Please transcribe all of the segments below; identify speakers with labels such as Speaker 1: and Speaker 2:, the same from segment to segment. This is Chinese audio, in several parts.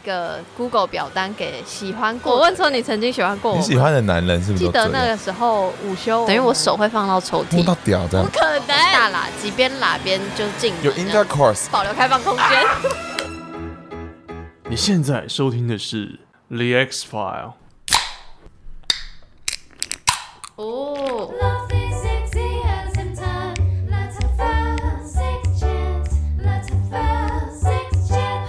Speaker 1: 个 Google 表单给喜欢过。我问说你曾经喜欢过我
Speaker 2: 你
Speaker 1: 吗
Speaker 2: 喜欢的男人是不是
Speaker 1: 记
Speaker 2: 都
Speaker 1: 得
Speaker 2: 这
Speaker 1: 那
Speaker 2: 样？
Speaker 1: 个时候午休，
Speaker 3: 等于我手会放到抽
Speaker 2: 摸到
Speaker 3: 屉，
Speaker 2: 屌这
Speaker 1: 不
Speaker 2: 样，
Speaker 1: 可能大喇几边喇边就进门
Speaker 2: 有
Speaker 1: 这样
Speaker 2: intercourse，
Speaker 1: 保留开放空间。
Speaker 4: 你现在收听的是《The X File》。
Speaker 1: 哦，
Speaker 5: Love is sexy as in time. Let's have a sex chat. Let's have a sex chat.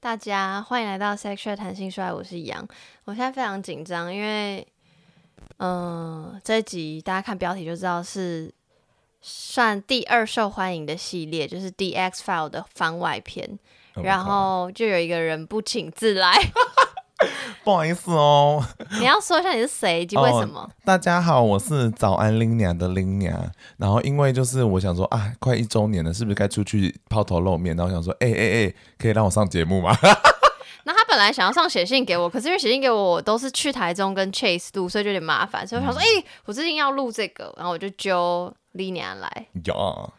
Speaker 1: 大家欢迎来到 Sexual 谈性说爱，我是杨。我现在非常紧张，因为嗯、呃这一集大家看标题就知道是算第二受欢迎的系列，就是 DX File 的番外篇。
Speaker 2: 哦
Speaker 1: 然后就有一个人不请自来，
Speaker 2: 不好意思哦，
Speaker 1: 你要说一下你是谁以及为什么？
Speaker 2: 大家好，我是早安林娘的林娘。然后因为就是我想说啊，快一周年了，是不是该出去抛头露面？然后我想说，哎哎哎，可以让我上节目吗？
Speaker 1: 那他本来想要上写信给我，可是因为写信给我我都是去台中跟 Chase 录，所以就有点麻烦，所以我想
Speaker 2: 嗯
Speaker 1: 说，哎、我最近要录这个，然后我就揪 Lina 来。
Speaker 2: 有，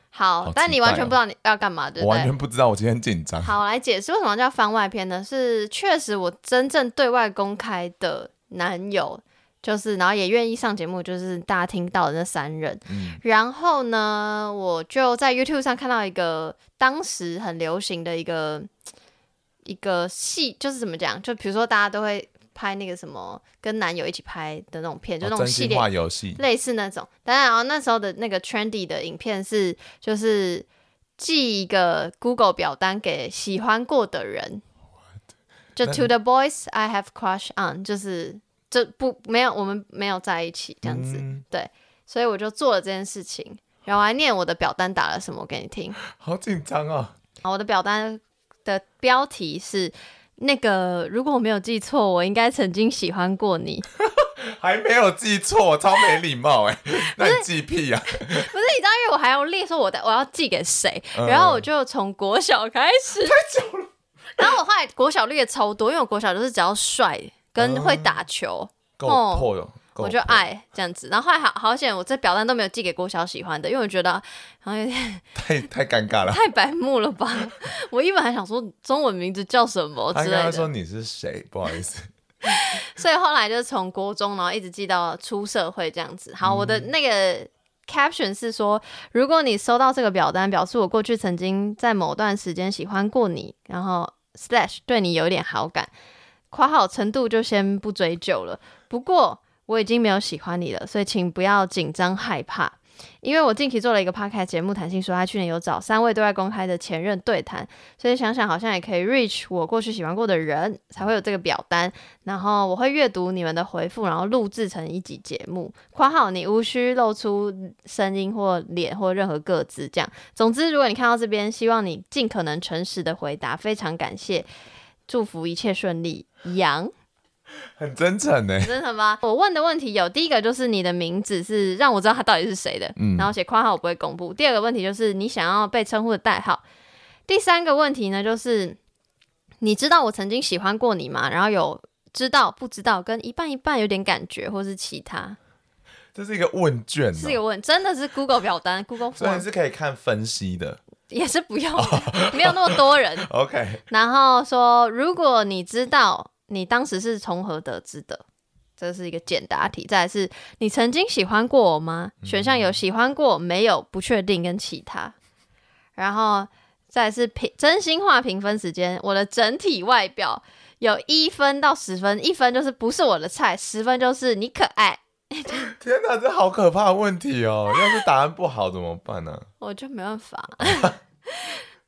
Speaker 1: 好，
Speaker 2: 好
Speaker 1: 但
Speaker 2: 期
Speaker 1: 你完
Speaker 2: 待
Speaker 1: 全
Speaker 2: 哦
Speaker 1: 不知道你要干嘛，对
Speaker 2: 我
Speaker 1: 不
Speaker 2: 完
Speaker 1: 对
Speaker 2: 全？不知道，我今天很紧张。
Speaker 1: 好，我来解释为什么叫番外篇呢？是确实我真正对外公开的男友，就是然后也愿意上节目，就是大家听到的那三人。
Speaker 2: 嗯
Speaker 1: 然后呢，我就在 YouTube 上看到一个当时很流行的一个一个戏，就是怎么讲，就比如说大家都会拍那个什么跟男友一起拍的那种片，就那
Speaker 2: 哦
Speaker 1: 种
Speaker 2: 真
Speaker 1: 系
Speaker 2: 心
Speaker 1: 列
Speaker 2: 话游戏，
Speaker 1: 类似那种。当然哦，那时候的那个 trendy 的影片是就是寄一个 Google 表单给喜欢过的人，就
Speaker 2: 那
Speaker 1: to the boys I have crush on，就是就不没有我们没有在一起这样子。
Speaker 2: 嗯
Speaker 1: 所以我就做了这件事情，然后我还念我的表单打了什么给你听。
Speaker 2: 好紧张哦。
Speaker 1: 好我的表单的标题是那个，如果我没有记错，我应该曾经喜欢过你。
Speaker 2: 还没有记错，超没礼貌 哎、那你记屁啊？
Speaker 1: 不是你知道，因为我还要列说我的我要寄给谁，
Speaker 2: 嗯
Speaker 1: 然后我就从国小开始，太久了。然后我后来国小列超多，因为我国小就是只要帅跟会打球，
Speaker 2: 够
Speaker 1: 哦
Speaker 2: 破哟，够
Speaker 1: 我就
Speaker 2: 破，
Speaker 1: 爱这样子。然后后来好好险，我这表单都没有寄给国小喜欢的，因为我觉得好像有点
Speaker 2: 太太尴尬了。
Speaker 1: 太白目了吧！我一本还想说中文名字叫什么
Speaker 2: 他
Speaker 1: 之
Speaker 2: 刚
Speaker 1: 类
Speaker 2: 刚说
Speaker 1: 的，
Speaker 2: 你是谁，不好意思。
Speaker 1: 所以后来就是从国中，然后一直记到出社会这样子。好，我的那个 caption 是说，如果你收到这个表单，表示我过去曾经在某段时间喜欢过你，然后 slash 对你有一点好感，夸好程度就先不追究了。不过我已经没有喜欢你了，所以请不要紧张害怕。因为我近期做了一个 podcast 节目，谈性说他去年有找三位对外公开的前任对谈，所以想想好像也可以 reach 我过去喜欢过的人，才会有这个表单。然后我会阅读你们的回复，然后录制成一集节目。括号你无需露出声音或脸或任何个字，这样。总之，如果你看到这边，希望你尽可能诚实的回答，非常感谢，祝福一切顺利，杨。
Speaker 2: 很真诚哎、
Speaker 1: 真的吗？ 我问的问题有第一个就是你的名字是让我知道他到底是谁的，
Speaker 2: 嗯
Speaker 1: 然后写括号我不会公布。第二个问题就是你想要被称呼的代号。第三个问题呢就是你知道我曾经喜欢过你吗？然后有知道不知道跟一半一半有点感觉，或是其他
Speaker 2: 这是一个问卷、
Speaker 1: 是一个
Speaker 2: 哦，
Speaker 1: 问，真的是 Google 表单 Google
Speaker 2: 虽然
Speaker 1: Form
Speaker 2: 是哦可以看分析的。
Speaker 1: 也是不用的，没有那么多人。
Speaker 2: OK，
Speaker 1: 然后说，如果你知道你当时是从何得知的，这是一个简答题。再来是你曾经喜欢过我吗？选项
Speaker 2: 嗯
Speaker 1: 有喜欢过、没有、不确定跟其他。然后再来是评真心话评分时间，我的整体外表有一分到十分，一分就是不是我的菜，十分就是你可爱，
Speaker 2: 天哪，这好可怕的问题哦！要是答案不好怎么办呢、
Speaker 1: 我就没办 法。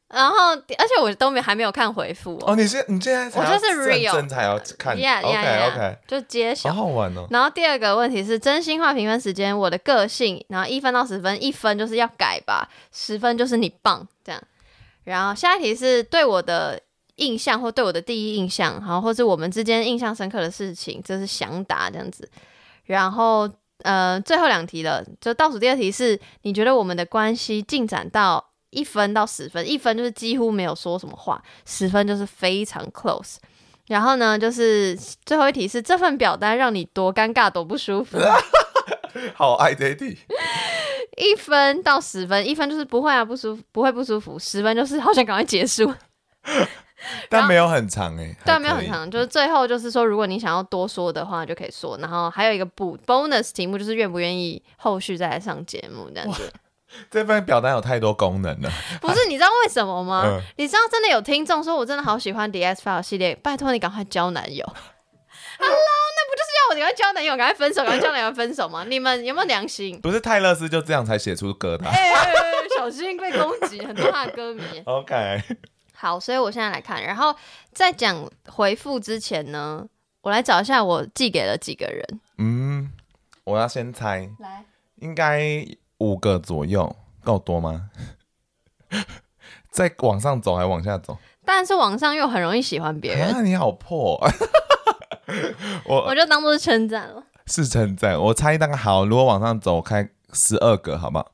Speaker 1: 然后，而且我都没还没有看回复
Speaker 2: 哦，
Speaker 1: 哦。
Speaker 2: 你现你现在才要
Speaker 1: 我就是 real
Speaker 2: 认真才要看
Speaker 1: Yeah, yeah,
Speaker 2: OK
Speaker 1: yeah，
Speaker 2: OK，
Speaker 1: 就揭晓
Speaker 2: 好。好玩哦。
Speaker 1: 然后第二个问题是真心话评分时间，我的个性，然后一分到十分，一分就是要改吧，十分就是你棒这样。然后下一题是对我的印象或对我的第一印象，然后或是我们之间印象深刻的事情，这是详答这样子。然后呃，最后两题了，就倒数第二题是你觉得我们的关系进展到一分到十分，一分就是几乎没有说什么话，十分就是非常 close。然后呢，就是最后一题是这份表单让你多尴尬多不舒服，
Speaker 2: 啊好爱这一题，
Speaker 1: 一分 到十分，一分就是不会啊不舒服，不会不舒服，十分就是好想赶快结束。
Speaker 2: 但没有很长哎、欸，
Speaker 1: 对啊，
Speaker 2: 还
Speaker 1: 没有
Speaker 2: 可
Speaker 1: 很
Speaker 2: 以。
Speaker 1: 长，就是最后就是说，如果你想要多说的话，就可以说。然后还有一个补 bonus 题目，就是愿不愿意后续再来上节目这样子。
Speaker 2: 这份表单有太多功能了，
Speaker 1: 不是，你知道为什么吗？
Speaker 2: 嗯
Speaker 1: 你知道真的有听众说，我真的好喜欢 The X File 系列，拜托你赶快交男 友。Hello，那不就是要我赶快交男友，赶快分手，赶快交男友分手吗？你们有没有良心？
Speaker 2: 不是泰勒斯就这样才写出歌的啊、
Speaker 1: 哎、哎哎 小心被攻击，很多他的歌迷。
Speaker 2: OK，
Speaker 1: 好，所以我现在来看，然后在讲回复之前呢，我来找一下我寄给了几个人。
Speaker 2: 嗯，我要先猜，
Speaker 1: 来，
Speaker 2: 应该五个左右，够多吗？ 再往上走还往下走？
Speaker 1: 但是网上又很容易喜欢别人，
Speaker 2: 啊，你好破、
Speaker 1: 我就当做是称赞了。
Speaker 2: 是称赞。我猜大概好，如果往上走，开十二个，好不好？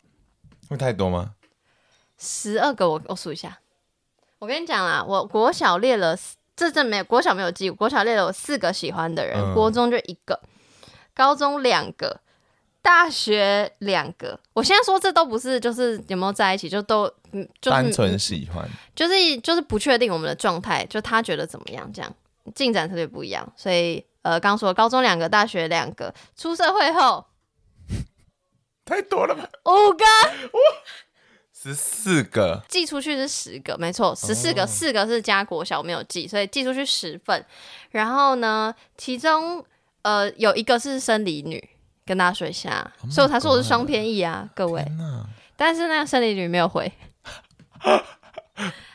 Speaker 2: 会太多吗？
Speaker 1: 十二个我，我数一下。我跟你讲啦，我国小列了四，这阵没有国小没有记，国小列了我四个喜欢的人，
Speaker 2: 嗯
Speaker 1: 国中就一个，高中两个，大学两个。我现在说这都不是，就是有没有在一起，就都嗯，就是
Speaker 2: 单纯喜欢，
Speaker 1: 就是就是不确定我们的状态，就他觉得怎么样，这样进展特别不一样。所以呃，刚说高中两个，大学两个，出社会后
Speaker 2: 太多了吧？
Speaker 1: 五个，
Speaker 2: 十四个，
Speaker 1: 寄出去是十个，没错，十四个，
Speaker 2: 哦
Speaker 1: 四、个是加国小没有寄，所以寄出去十份。然后呢，其中呃有一个是生理女，跟大家说一下
Speaker 2: Oh my
Speaker 1: 所以我才说我是双偏异啊，各位。
Speaker 2: 天哪！
Speaker 1: 但是那个生理女没有回。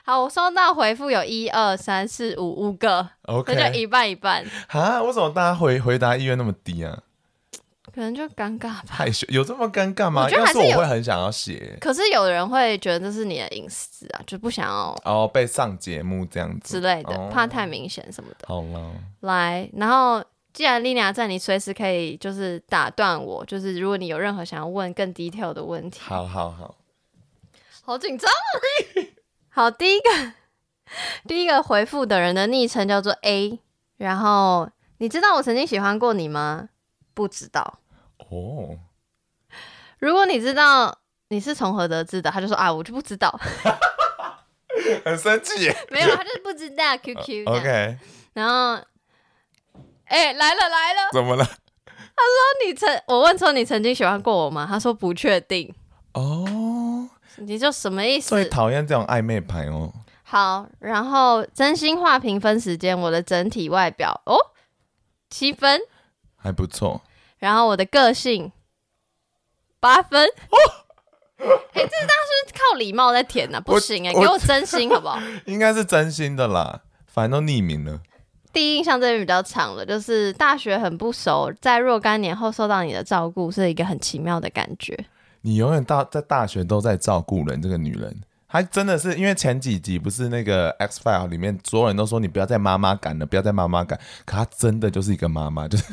Speaker 1: 好，我收到回复有一二三四五五个，那
Speaker 2: OK，
Speaker 1: 就一半一半，
Speaker 2: 啊，为什么大家回回答意愿那么低啊？
Speaker 1: 可能就尴尬吧。
Speaker 2: 害羞有这么尴尬吗？
Speaker 1: 我觉得
Speaker 2: 要
Speaker 1: 还是
Speaker 2: 是我会很想要写，
Speaker 1: 可是有人会觉得这是你的隐私啊，就不想要
Speaker 2: 然后哦被上节目这样
Speaker 1: 之
Speaker 2: 子。
Speaker 1: 类的，
Speaker 2: 哦
Speaker 1: 怕太明显什么的。
Speaker 2: 好了，
Speaker 1: 来，然后既然莉娜在，你随时可以就是打断我，就是如果你有任何想要问更 detail 的问题，
Speaker 2: 好好好，
Speaker 1: 好紧张啊！ 好，第一个，第一个回复的人的昵称叫做 A，然后你知道我曾经喜欢过你吗？不知道。
Speaker 2: 哦，
Speaker 1: 如果你知道你是从何得知的，他就说啊，我就不知道，
Speaker 2: 很生气耶。
Speaker 1: 没有，他就是不知道 QQ 这样。
Speaker 2: 哦 OK，
Speaker 1: 然后，哎、来了来了，
Speaker 2: 怎么了？
Speaker 1: 你曾我问说你曾经喜欢过我吗？他说不确定。
Speaker 2: 哦，
Speaker 1: 你就什么意
Speaker 2: 最
Speaker 1: 思？
Speaker 2: 讨厌这种暧昧牌哦。
Speaker 1: 好，然后真心话评分时间，我的整体外表哦七分，
Speaker 2: 还不错，
Speaker 1: 然后我的个性八分。哦，哎、这当然是靠礼貌在填呐、不行哎、
Speaker 2: 我
Speaker 1: 给我真心 好不好？
Speaker 2: 应该是真心的啦，反正都匿名了。
Speaker 1: 第一印象这边比较长了，就是大学很不熟，在若干年后受到你的照顾，是一个很奇妙的感觉。
Speaker 2: 你永远大在大学都在照顾人，这个女人，她真的是因为前几集不是那个 X File 里面所有人都说你不要再妈妈感了，不要再妈妈感，可她真的就是一个 妈妈，就是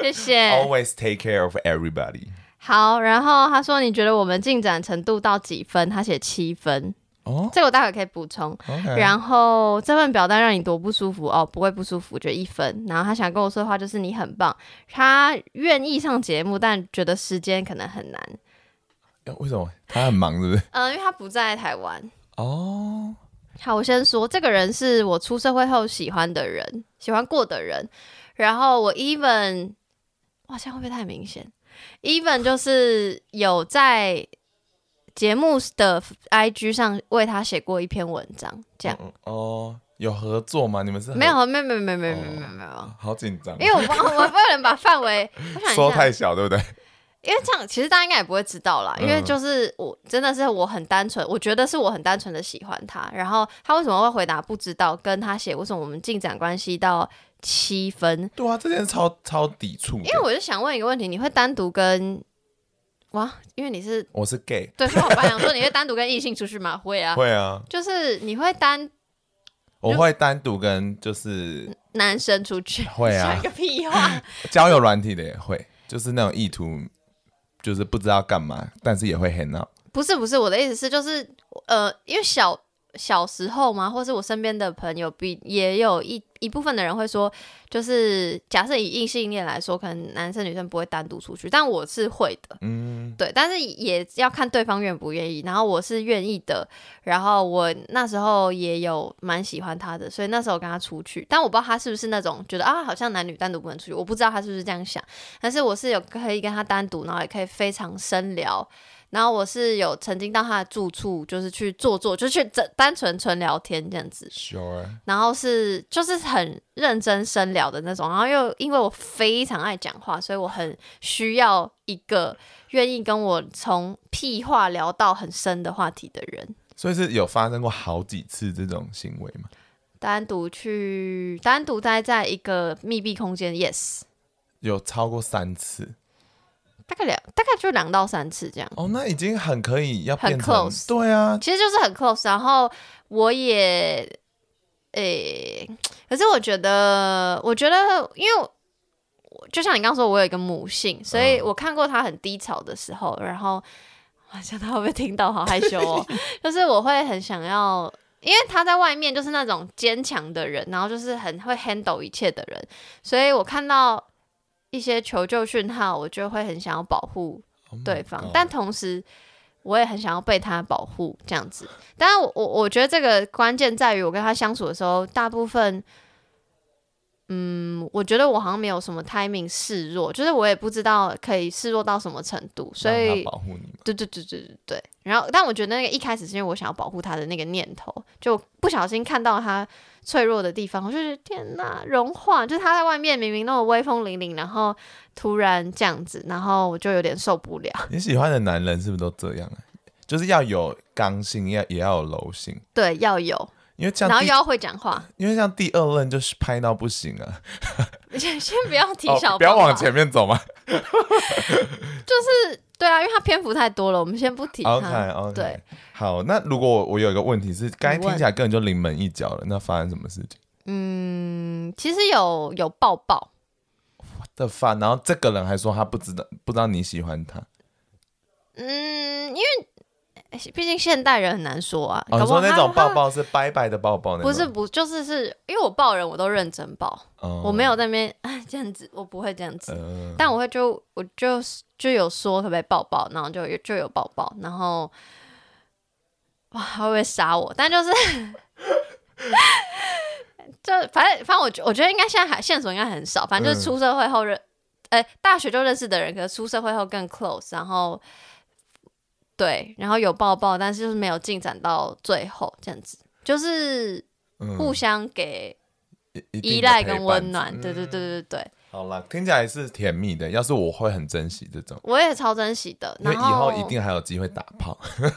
Speaker 1: 谢谢。
Speaker 2: always take care of everybody。
Speaker 1: 好，然后他说你觉得我们进展程度到几分？他写七分，
Speaker 2: 哦
Speaker 1: 这个我待会可以补充。
Speaker 2: ，OK，
Speaker 1: 然后这份表单让你多不舒服哦，不会不舒服，就一分。然后他想跟我说的话就是你很棒，他愿意上节目，但觉得时间可能很难。
Speaker 2: 哎为什么她很忙是不是？
Speaker 1: 嗯、因为他不在台湾。
Speaker 2: 哦，
Speaker 1: 好，我先说，这个人是我出社会后喜欢的人，喜欢过的人。然后我 even，哇，这样会不会太明显？even 就是有在节目的 IG 上为他写过一篇文章，这样
Speaker 2: 嗯哦，有合作吗？你们是合
Speaker 1: 没有，没有，没有，没有，没有，没有，没有没有。
Speaker 2: 好紧张，啊
Speaker 1: 因为我不我不能把范围，我想
Speaker 2: 哦说
Speaker 1: 一下，啊
Speaker 2: 太小对不对？
Speaker 1: 因为这样其实大家应该也不会知道啦，因为
Speaker 2: 嗯
Speaker 1: 就是我真的是我很单纯，我觉得是我很单纯的喜欢他，然后他为什么会回答不知道，跟他写为什么我们进展关系到七分，
Speaker 2: 对啊，这件事超超抵触的，
Speaker 1: 因为我就想问一个问题，你会单独跟哇，因为你是
Speaker 2: 我是 gay，
Speaker 1: 对，所以我本来想说你会单独跟异性出去吗？会啊，
Speaker 2: 会啊，
Speaker 1: 就是你会单
Speaker 2: 我会单独跟就是
Speaker 1: 男生出去，
Speaker 2: 会 啊
Speaker 1: 讲个屁话，
Speaker 2: 交友软体的也会，就是那种意图，就是不知道干嘛，但是也会 hang out。
Speaker 1: 不是不是，我的意思是就是呃，因为小小时候嘛，或是我身边的朋友比也有一一部分的人会说，就是假设以异性恋来说，可能男生女生不会单独出去，但我是会的，
Speaker 2: 嗯，
Speaker 1: 对，但是也要看对方愿不愿意。然后我是愿意的，然后我那时候也有蛮喜欢他的，所以那时候跟他出去。但我不知道他是不是那种觉得啊，好像男女单独不能出去，我不知道他是不是这样想。但是我是有可以跟他单独，然后也可以非常深聊。然后我是有曾经到他的住处，就是去坐坐，就去整单纯纯聊天这样子。
Speaker 2: ，sure，
Speaker 1: 然后是就是很认真深聊的那种，然后又因为我非常爱讲话，所以我很需要一个愿意跟我从屁话聊到很深的话题的人。
Speaker 2: 所以是有发生过好几次这种行为嘛？
Speaker 1: 单独去单独待在一个密闭空间，yes，
Speaker 2: 有超过三次
Speaker 1: 大概两大概就两到三次这样，
Speaker 2: 哦，那已经很可以要
Speaker 1: 很
Speaker 2: 变成
Speaker 1: close
Speaker 2: 对啊，
Speaker 1: 其实就是很 close。然后我也，诶、可是我觉得，我觉得，因为我就像你刚说，我有一个母性，所以我看过他很低潮的时候，然后我想他会不会听到，好害羞哦。就是我会很想要，因为他在外面就是那种坚强的人，然后就是很会 handle 一切的人，所以我看到一些求救讯号，我就会很想要保护
Speaker 2: Oh my
Speaker 1: 对方
Speaker 2: God
Speaker 1: 但同时我也很想要被他保护这样子。当然我，我我觉得这个关键在于我跟他相处的时候，大部分。嗯，我觉得我好像没有什么 timing 示弱，就是我也不知道可以示弱到什么程度，所
Speaker 2: 让
Speaker 1: 以
Speaker 2: 他保护你嘛，
Speaker 1: 对对对对对对。然后，但我觉得那个一开始是因为我想要保护他的那个念头，就不小心看到他脆弱的地方，我就觉得天哪，融化！就是他在外面明明那么威风凛凛，然后突然这样子，然后我就有点受不了。
Speaker 2: 你喜欢的男人是不是都这样啊？就是要有刚性，要也要有柔性，
Speaker 1: 对，要有，
Speaker 2: 因为像
Speaker 1: 然后
Speaker 2: 第
Speaker 1: 又要会讲话。
Speaker 2: 因为像第二任就是拍到不行啊，
Speaker 1: 先先不要提小、
Speaker 2: 哦，不要往。前面走嘛。
Speaker 1: 对啊，因为他篇幅太多了，我们先不提他。
Speaker 2: OK OK，
Speaker 1: 对，
Speaker 2: 好，那如果我我有一个问题是，刚才
Speaker 1: 你问
Speaker 2: 听起来根本就临门一脚了，那发生什么事情
Speaker 1: 嗯，其实有有抱抱，
Speaker 2: 的发？然后这个人还说他不知道不知道你喜欢他，
Speaker 1: 嗯，因为哎毕竟现代人很难说啊。搞
Speaker 2: 哦，你
Speaker 1: 不好
Speaker 2: 说那种
Speaker 1: 他
Speaker 2: 抱抱是拜拜的抱抱那
Speaker 1: 不
Speaker 2: 种，
Speaker 1: 是不就是是因为我抱人我都认真抱，
Speaker 2: 哦，
Speaker 1: 我没有在那边哎这样子，我不会这样子，
Speaker 2: 呃，
Speaker 1: 但我会就我就是就有说可不可以抱抱，然后就有就有抱抱，然后哇他会不会杀我？但就是 就反正反正我觉我觉得应该现在还线索应该很少，反正就是
Speaker 2: 嗯
Speaker 1: 出社会后认，呃大学就认识的人，可是出社会后更 close，然后。对，然后有抱抱，但是就是没有进展到最后这样子，就是
Speaker 2: 嗯
Speaker 1: 互相给
Speaker 2: 一定的
Speaker 1: 依赖
Speaker 2: 陪
Speaker 1: 跟
Speaker 2: 伴
Speaker 1: 温暖。
Speaker 2: 嗯
Speaker 1: 对对对对对，
Speaker 2: 好啦，听起来是甜蜜的，要是我会很珍惜这种。
Speaker 1: 我也超珍惜的。
Speaker 2: 因为
Speaker 1: 然
Speaker 2: 以后
Speaker 1: 后
Speaker 2: 一定还有机会打 炮，
Speaker 1: 哎、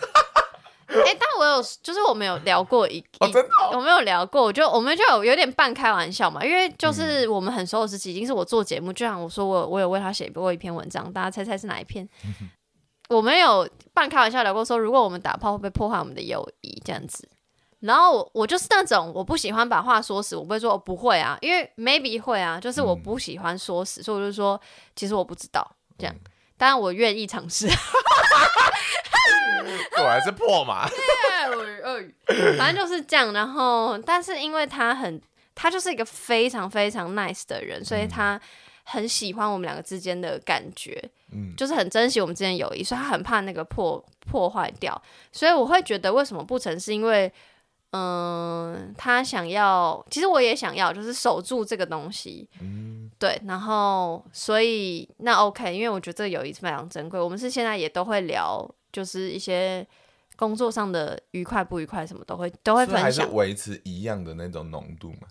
Speaker 1: 但我有就是我们有聊过一，
Speaker 2: 哦
Speaker 1: 一
Speaker 2: 真的
Speaker 1: 我们有聊过，我就我们就有有点半开玩笑嘛，因为
Speaker 2: 嗯
Speaker 1: 就是我们很熟的时期，已经是我做节目，就像我说我我有为他写过一篇文章，大家猜猜是哪一篇？
Speaker 2: 嗯
Speaker 1: 我们有半开玩笑聊过说，如果我们打炮会不会破坏我们的友谊这样子？然后我我就是那种我不喜欢把话说死，我不会说我不会啊，因为 maybe 会啊，就是我
Speaker 2: 嗯
Speaker 1: 不喜欢说死，所以我就说其实我不知道这
Speaker 2: 嗯
Speaker 1: 样，当然我愿意尝试。
Speaker 2: 果然是破嘛。
Speaker 1: 哎我哎反正就是这样。然后，但是因为他很，他就是一个非常非常 nice 的人，所以他很喜欢我们两个之间的感觉，
Speaker 2: 嗯
Speaker 1: 就是很珍惜我们之间的友谊，所以他很怕那个破破坏掉。所以我会觉得为什么不成，是因为。嗯，他想要，其实我也想要，就是守住这个东西，
Speaker 2: 嗯，
Speaker 1: 对，然后所以那 OK，因为我觉得这个友谊是非常珍贵。我们是现在也都会聊，就是一些工作上的愉快不愉快，什么都会都会
Speaker 2: 所以还
Speaker 1: 分
Speaker 2: 是
Speaker 1: 享，
Speaker 2: 维持一样的那种浓度嘛。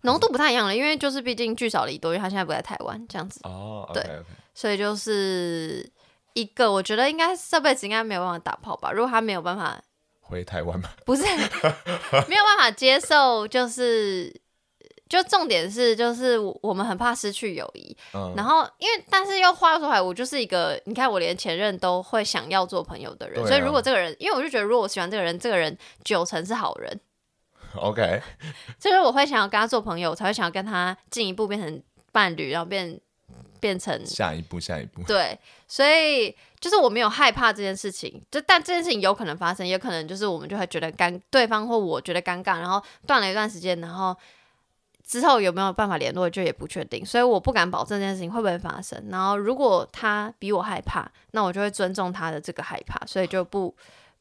Speaker 1: 浓度不太一样了，因为就是毕竟聚少离多，因为他现在不在台湾这样子，
Speaker 2: 哦
Speaker 1: 对
Speaker 2: ，OK OK，
Speaker 1: 所以就是一个我觉得应该这辈子应该没有办法打炮吧。如果他没有办法，
Speaker 2: 回台湾嘛。
Speaker 1: 不是 没有办法接受，就是就重点是就是我我们很怕失去友谊，
Speaker 2: 嗯，
Speaker 1: 然后，因为但是又话又说回来，我就是一个，你看我连前任都会想要做朋友的人，
Speaker 2: 对啊
Speaker 1: 所以如果这个人，因为我就觉得如果我喜欢这个人，这个人九成是好人，
Speaker 2: OK，
Speaker 1: 就是我会想要跟他做朋友，我才会想要跟他进一步变成伴侣，然后变变成
Speaker 2: 下一步，下一步。
Speaker 1: 对，所以就是我没有害怕这件事情，就但这件事情有可能发生，也可能就是我们就会觉得尴，对方或我觉得尴尬，然后断了一段时间，然后之后有没有办法联络，就也不确定，所以我不敢保证这件事情会不会发生。然后如果他比我害怕，那我就会尊重他的这个害怕，所以就不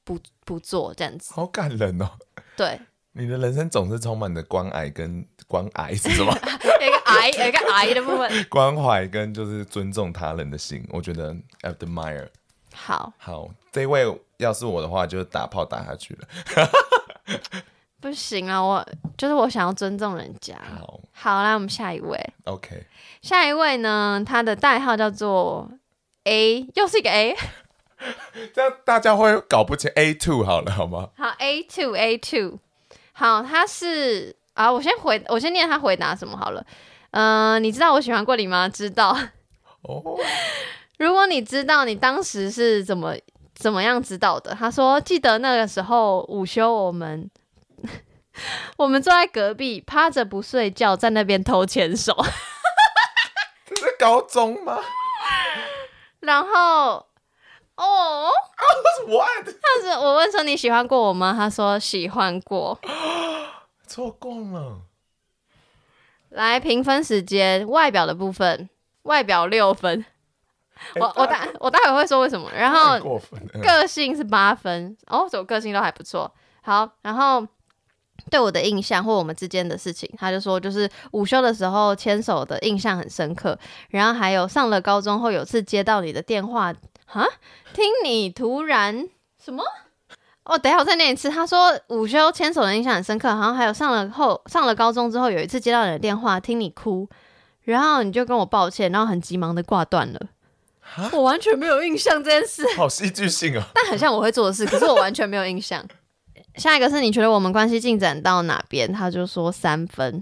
Speaker 1: 不不做这样子。
Speaker 2: 好感人哦！
Speaker 1: 对，
Speaker 2: 你的人生总是充满着关爱跟关爱是什么？
Speaker 1: 有一个癌，有一个癌的部分。
Speaker 2: 关怀跟就是尊重他人的心，我觉得 admire。
Speaker 1: 好，
Speaker 2: 好，这位要是我的话，就是打炮打下去了。
Speaker 1: 不行啊，我就是我想要尊重人家。
Speaker 2: 好
Speaker 1: 好啦，我们下一位，
Speaker 2: ，OK，
Speaker 1: 下一位呢，他的代号叫做 A，又是一个 A。
Speaker 2: 这样大家会搞不清 A two 好了，好吗？
Speaker 1: 好，A two A two，好，他是啊，我先回，我先念他回答什么好了。嗯、你知道我喜欢过你吗？知道。
Speaker 2: 哦，
Speaker 1: 如果你知道你当时是怎么怎么样知道的，他说记得那个时候午休我们。 我们坐在隔壁，趴着不睡觉，在那边偷牵手。
Speaker 2: 这是高中吗
Speaker 1: 然后，哦，
Speaker 2: ？What？
Speaker 1: 但是我问说你喜欢过我吗？他说喜欢过。
Speaker 2: 错过了，
Speaker 1: 来评分时间，外表的部分，外表六分。我我待我待会会说为什么，然后
Speaker 2: 太过分了。
Speaker 1: 个性是八分哦，所以我个性都还不错。好，然后对我的印象或我们之间的事情，他就说就是午休的时候牵手的印象很深刻，然后还有上了高中后有次接到你的电话啊，听你突然什么？哦，等一下我再念一次。他说午休牵手的印象很深刻，好像还有上了后上了高中之后有一次接到你的电话，听你哭，然后你就跟我抱歉，然后很急忙的挂断了。我完全没有印象这件事。
Speaker 2: 好戏剧性啊！
Speaker 1: 但很像我会做的事，可是我完全没有印象。 下一个是你觉得我们关系进展到哪边？他就说三分，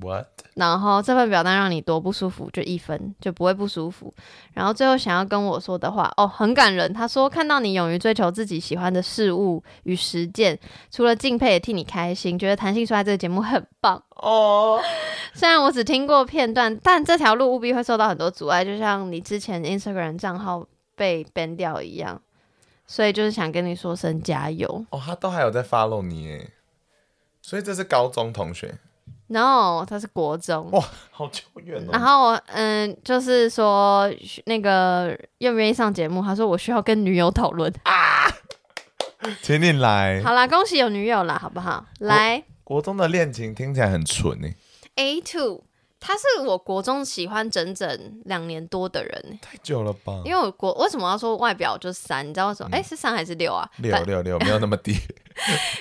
Speaker 2: What？
Speaker 1: 然后这份表单让你多不舒服就一分，就不会不舒服。然后最后想要跟我说的话，哦，很感人。他说看到你勇于追求自己喜欢的事物与实践，除了敬佩也替你开心，觉得弹性出来这个节目很棒。
Speaker 2: 哦，
Speaker 1: 虽然我只听过片段，但这条路务必会受到很多阻碍，就像你之前 Instagram 账号被 ban 掉一样。所以就是想跟你说声加油。
Speaker 2: 哦，他都还有在 follow 你耶，所以这是高中同学
Speaker 1: No，他是国中。
Speaker 2: 哇，好久远哦
Speaker 1: 然。后嗯，就是说那个愿不愿意上节目？他说我需要跟女友讨论。
Speaker 2: 请你来，
Speaker 1: 好啦，恭喜有女友啦，好不好？来
Speaker 2: 国中的恋情听起来很欸纯呢，
Speaker 1: A two，他是我国中喜欢整整两年多的人欸、
Speaker 2: 太久了吧？
Speaker 1: 因为我国为什么要说外表就三？你知道为什么？哎、是三还是六啊？
Speaker 2: 六
Speaker 1: 反
Speaker 2: 六六没有那么 低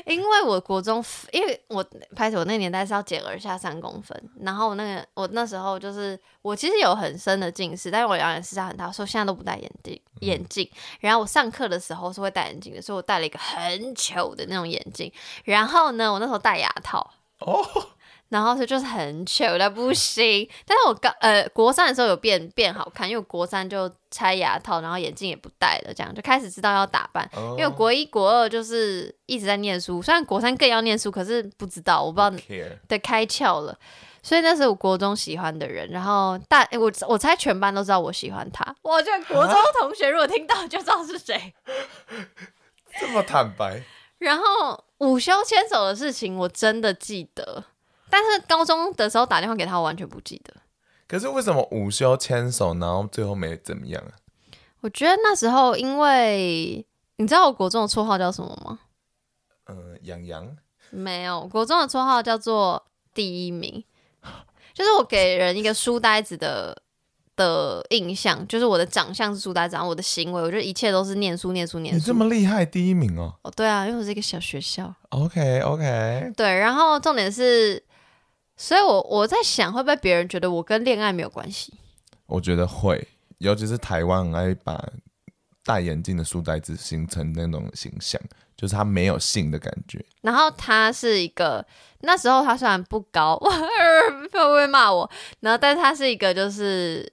Speaker 1: 因为我国中，因为我拍手那年代是要减而下三公分，然后我那个我那时候就是我其实有很深的近视，但是我两眼视差很大，所以我现在都不戴眼镜眼镜。然后我上课的时候是会戴眼镜的，所以我戴了一个很糗的那种眼镜。然后呢，我那时候戴牙套，
Speaker 2: 哦。
Speaker 1: 然后所以就是很糗的不行。但是我高呃国三的时候有变变好看，因为我国三就拆牙套，然后眼镜也不戴了，这样就开始知道要打扮。
Speaker 2: 因
Speaker 1: 因为我国一、国二就是一直在念书，虽然国三更要念书，可是不知道，我不知道
Speaker 2: care
Speaker 1: 的开窍了，所以那是我国中喜欢的人。然后大诶我我猜全班都知道我喜欢他，啊我觉得国中同学如果听到就知道是谁。
Speaker 2: 这么坦白，
Speaker 1: 然后午休牵手的事情我真的记得，但是高中的时候打电话给他，我完全不记得。
Speaker 2: 可是为什么午休牵手，然后最后没怎么样啊？
Speaker 1: 我觉得那时候因为你知道我国中的绰号叫什么吗？
Speaker 2: 嗯、杨洋
Speaker 1: 没有，国中的绰号叫做第一名，就是我给人一个书呆子的的印象，就是我的长相是书呆子，然后我的行为，我觉得一切都是念书、念书、念
Speaker 2: 你这
Speaker 1: 书。
Speaker 2: 么厉害，第一名哦。
Speaker 1: 哦，对啊，因为我是一个小学校。
Speaker 2: OK OK，
Speaker 1: 对，然后重点是，所以我我在想，会不会别人觉得我跟恋爱没有关系？
Speaker 2: 我觉得会，尤其是台湾很爱把戴眼镜的书呆子形成那种形象，就是他没有性的感觉。
Speaker 1: 然后他是一个，那时候他虽然不高， 哇会不会骂我？然后，但是他是一个就是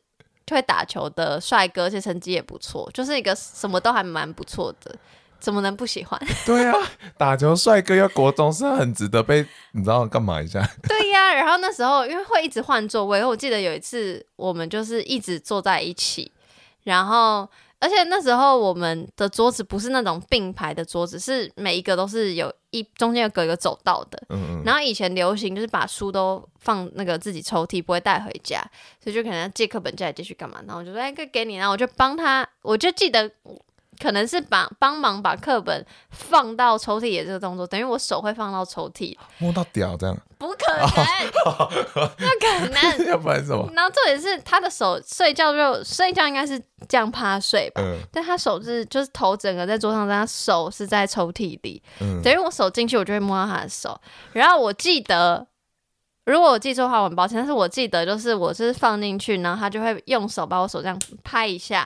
Speaker 1: 会打球的帅哥，而且成绩也不错，就是一个什么都还蛮不错的，怎么能不喜欢？
Speaker 2: 对啊，打球帅哥要国中是很值得被你知道干嘛一下？
Speaker 1: 对呀、然后那时候因为会一直换座位，我记得有一次我们就是一直坐在一起，然后而且那时候我们的桌子不是那种并排的桌子，是每一个都是有一一中间有隔一个走道的。
Speaker 2: 嗯嗯，
Speaker 1: 然后以前流行就是把书都放那个自己抽屉，不会带回家，所以就可能借课本借来借去干嘛。然后我就说，哎，这给你，然后我就帮他，我就记得可能是把帮忙把课本放到抽屉里的这个动作，等于我手会放到抽屉，
Speaker 2: 摸到屌这样，
Speaker 1: 不可能，不可能。
Speaker 2: 要不然什么？
Speaker 1: 然后重点是他的手睡觉就睡觉应该是这样趴睡吧，
Speaker 2: 嗯
Speaker 1: 但他手是就是头整个在桌上，但他手是在抽屉里，
Speaker 2: 嗯，
Speaker 1: 等于我手进去，我就会摸到他的手。然后我记得，如果我记错的话，我很抱歉。但是我记得就是我是放进去，然后他就会用手把我手这样拍一
Speaker 2: 啊
Speaker 1: 下，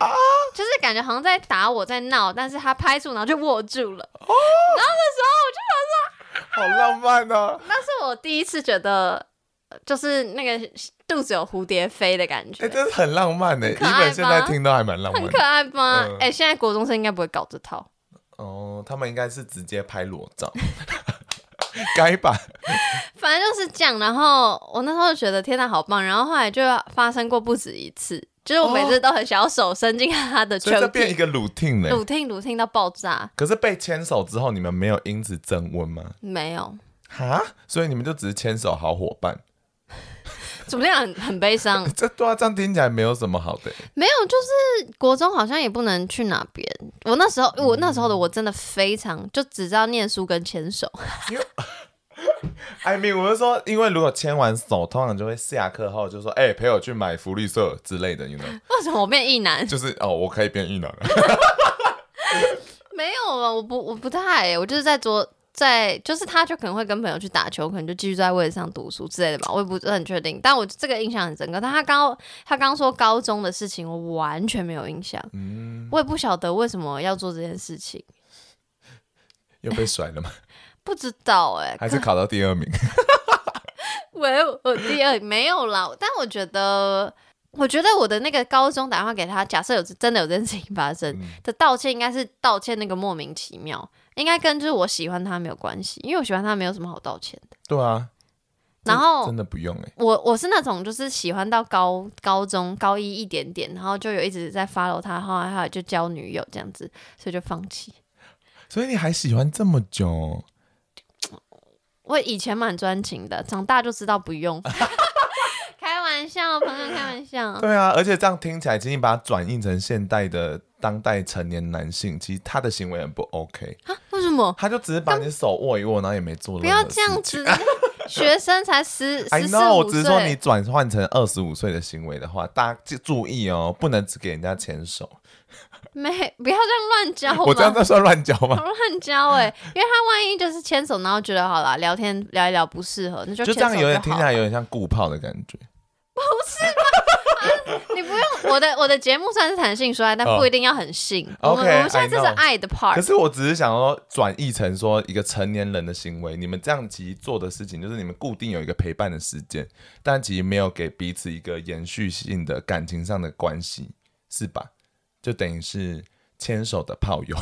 Speaker 1: 就是感觉好像在打我在闹，但是他拍住，然后就握住了。
Speaker 2: 哦好浪漫哦！
Speaker 1: 那是我第一次觉得，呃就是那个肚子有蝴蝶飞的感觉。
Speaker 2: 哎，真的很浪漫哎，一
Speaker 1: 可爱吧
Speaker 2: 本现在听都还蛮浪
Speaker 1: 很
Speaker 2: 漫
Speaker 1: 可
Speaker 2: 的。
Speaker 1: 爱吗？哎、
Speaker 2: 嗯
Speaker 1: 现在国中生应该不会搞这套。
Speaker 2: 哦，他们应该是直接拍裸照， 该吧？
Speaker 1: 反正就是这样。然后我那时候就觉得天哪，好棒！然后后来就发生过不止一次，就是我每次都很想要手伸进他的抽
Speaker 2: 所以这变一
Speaker 1: 屉，
Speaker 2: 个 routine
Speaker 1: 鲁
Speaker 2: 嘞。
Speaker 1: 听鲁听到爆炸。
Speaker 2: 可是被牵手之后，你们没有因此增温吗？
Speaker 1: 没有，
Speaker 2: 哈，所以你们就只是牵手好伙伴。 。
Speaker 1: 怎么样？很很悲伤
Speaker 2: 这对啊，这样听起来没有什么好的欸。
Speaker 1: 没有，就是国中好像也不能去哪边。我那时候，我那时候的我真的非常就只知道念书跟牵手。
Speaker 2: I mean，我是说，因为如果牵完手，通常就会下课后就说：“哎、陪我去买福利社之类的，you know，
Speaker 1: 为什么我变异男？
Speaker 2: 就是哦，我可以变异男了。
Speaker 1: 没有啊，我不我不太、我就是在昨在就是他就可能会跟朋友去打球，可能就继续在位置上读书之类的吧，我也不是很确定。但我这个印象很深刻。但他刚他刚说高中的事情，我完全没有印象，我也不晓得为什么要做这件事情，”
Speaker 2: 又被甩了吗？
Speaker 1: 不知道哎、
Speaker 2: 还是考到第二名？
Speaker 1: 喂，我第二没有啦，但我觉得，我觉得我的那个高中打电话给他，假设有真的有这件事情发生、的道歉，应该是道歉那个莫名其妙，应该跟就是我喜欢他没有关系，因为我喜欢他没有什么好道歉的。
Speaker 2: 对啊，
Speaker 1: 然后
Speaker 2: 真的不用哎、
Speaker 1: 我我是那种就是喜欢到高高中高一一点点，然后就有一直在 follow 他，后来后来就交女友这样子，所以就放弃。
Speaker 2: 所以你还喜欢这么久？
Speaker 1: 我以前蛮专情的，长大就知道不用。 开玩笑，朋友，开玩笑。
Speaker 2: 对啊，而且这样听起来，其实你把它转译成现代的当代成年男性，其实他的行为很不 OK。
Speaker 1: 为什么？
Speaker 2: 他就只是把你的手握一握，然后也没做任何
Speaker 1: 不要
Speaker 2: 事
Speaker 1: 这样
Speaker 2: 情
Speaker 1: 子，学生才 十
Speaker 2: I
Speaker 1: 十四
Speaker 2: know，我
Speaker 1: 五
Speaker 2: 只是说你
Speaker 1: 岁，
Speaker 2: 转换成二十五岁的行为的话，大家记注意哦，不能只给人家牵手。
Speaker 1: 没不要这样乱交嘛，
Speaker 2: 我这样在算乱交 吗？
Speaker 1: 乱交哎、因为他万一就是牵手，然后觉得好啦，聊天聊一聊不适合，那就
Speaker 2: 就
Speaker 1: 牵
Speaker 2: 这
Speaker 1: 手就
Speaker 2: 样有点
Speaker 1: 好
Speaker 2: 听起来有点像顾炮的感觉。
Speaker 1: 你不用我的我的节目算是谈性说爱，但
Speaker 2: 哦
Speaker 1: 不一定要很性。我们
Speaker 2: OK，
Speaker 1: 我们现在这是
Speaker 2: I know
Speaker 1: 爱的 part，
Speaker 2: 可是我只是想说转译成说一个成年人的行为，你们这样其实做的事情就是你们固定有一个陪伴的时间，但其实没有给彼此一个延续性的感情上的关系，是吧？就等于是牵手的炮友。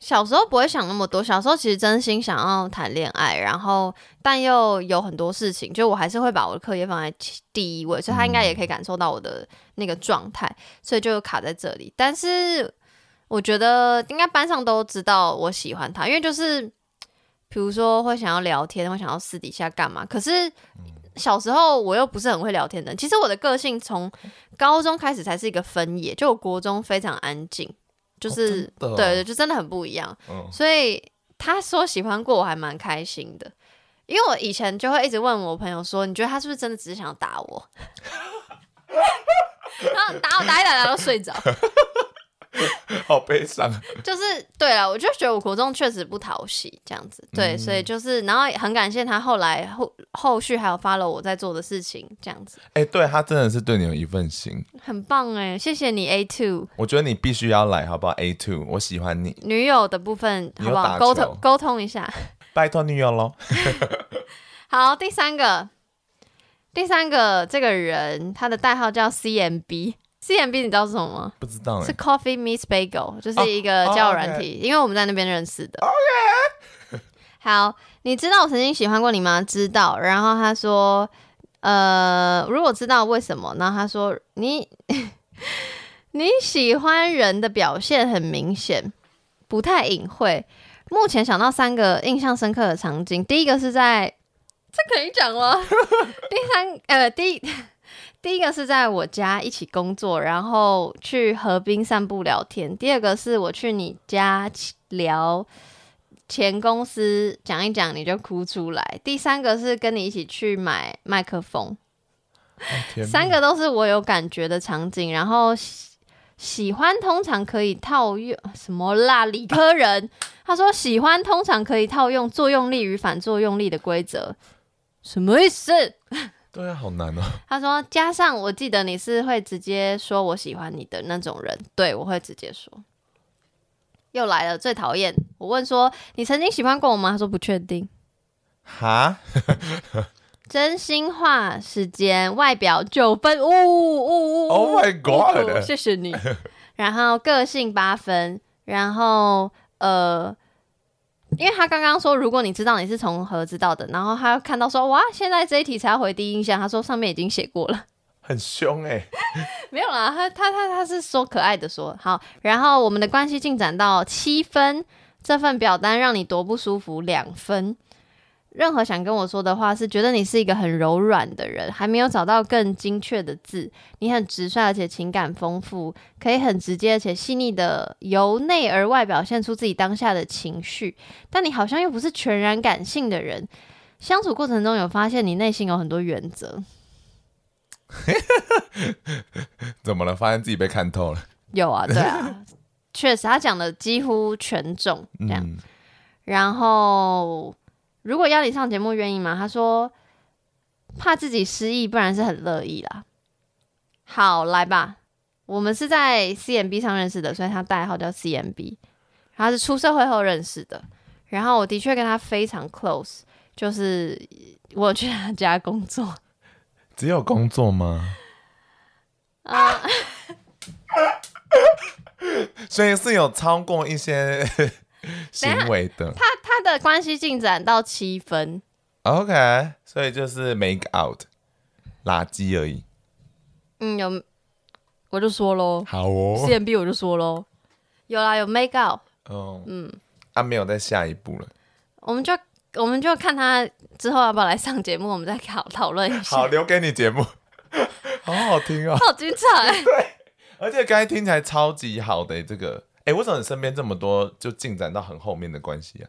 Speaker 1: 小时候不会想那么多，小时候其实真心想要谈恋爱，然后但又有很多事情，就我还是会把我的课业放在其第一位，所以他应该也可以感受到我的那个状态，所以就卡在这里。但是我觉得应该班上都知道我喜欢他，因为就是比如说会想要聊天，会想要私底下干嘛，可是。
Speaker 2: 嗯
Speaker 1: 小时候我又不是很会聊天的人，其实我的个性从高中开始才是一个分野，就我国中非常安静，就
Speaker 2: 哦
Speaker 1: 是、
Speaker 2: 真的哦
Speaker 1: 对对，就真的很不一样。
Speaker 2: 嗯，
Speaker 1: 所以他说喜欢过我还蛮开心的，因为我以前就会一直问我朋友说，你觉得他是不是真的只是想打我？ 然后打我打一打，然后睡着。
Speaker 2: 好悲伤。
Speaker 1: 就是对啊了，我就觉得我国中确实不讨喜这样子，
Speaker 2: 嗯
Speaker 1: 对，所以就是，然后很感谢他后来后后续还有 follow 我在做的事情，这样子
Speaker 2: 哎、对他真的是对你有一份心，
Speaker 1: 很棒哎，谢谢你 A two
Speaker 2: 我觉得你必须要来，好不好？A two，我喜欢你，
Speaker 1: 女友的部分
Speaker 2: 你
Speaker 1: 好
Speaker 2: 有
Speaker 1: 不好？
Speaker 2: 打
Speaker 1: 沟
Speaker 2: 球
Speaker 1: 通沟通一下。
Speaker 2: 拜托哦女友喽。
Speaker 1: 好，第三个，第三个这个人他的代号叫 CMB。CMB 你知道是什么吗？
Speaker 2: 不知道哎、
Speaker 1: 是 Coffee Meets Bagel，就是一个
Speaker 2: 哦
Speaker 1: 交友
Speaker 2: 哦
Speaker 1: 软
Speaker 2: OK
Speaker 1: 体，因为我们在那边认识的。 好，你知道我曾经喜欢过你吗？知道。然后他说，呃，如果知道为什么，然后他说你 你喜欢人的表现很明显，不太隐晦。目前想到三个印象深刻的场景，第一个是在这可以讲吗？ 第三呃第一第一个是在我家一起工作，然后去河滨散步聊天；第二个是我去你家聊前公司讲一讲你就哭出来；第三个是跟你一起去买麦克风。
Speaker 2: 天
Speaker 1: 三个都是我有感觉的场景，然后喜喜欢通常可以套用什么啦？理科人他说喜欢通常可以套用作用力与反作用力的规则，什么意思？
Speaker 2: 对啊，好难哦。
Speaker 1: 他说加上我记得你是会直接说我喜欢你的那种人，对我会直接说。又来了，最讨厌。我问说你曾经喜欢过我吗？他说不确定。
Speaker 2: 哈，
Speaker 1: 真心话时间，外表九分，呜呜呜呜哦
Speaker 2: Oh my God
Speaker 1: 谢谢你。然后个性八分，然后呃，因为他刚刚说，如果你知道你是从何知道的，然后他看到说，哇，现在这一题才要回第一印象，他说上面已经写过了，
Speaker 2: 很凶哎。
Speaker 1: 没有啦，他他他他是说可爱的说好，然后我们的关系进展到七分，这份表单让你多不舒服两分。任何想跟我说的话，是觉得你是一个很柔软的人，还没有找到更精确的字。你很直率，而且情感丰富，可以很直接而且细腻的由内而外表现出自己当下的情绪。但你好像又不是全然感性的人。相处过程中有发现你内心有很多原则，
Speaker 2: 怎么了？发现自己被看透了。
Speaker 1: 有啊，对啊，确实他讲的几乎全中这样。
Speaker 2: 嗯，
Speaker 1: 然后如果邀你上节目，愿意吗？他说怕自己失忆，不然是很乐意啦。好，来吧，我们是在 CMB 上认识的，所以他代号叫 CMB。他是出社会后认识的，然后我的确跟他非常 close，就是我去他家工作。
Speaker 2: 只有工作吗？啊， 所以是有超过一 些行为的。
Speaker 1: 他他的关系进展到七分，
Speaker 2: OK，所以就是 make out，垃圾而已。
Speaker 1: 嗯，有我就说喽
Speaker 2: 好哦，
Speaker 1: ，CMB 我就说喽，有啦，有 make out，
Speaker 2: 嗯嗯，啊，没有在下一步了。
Speaker 1: 我们就我们就看他之后要不要来上节目，我们再讨讨论一下。
Speaker 2: 好，留给你节 目，好好听哦。
Speaker 1: 好精 彩！
Speaker 2: 而且刚才听起来超级好的、这个，哎、为什么你身边这么多就进展到很后面的关系啊？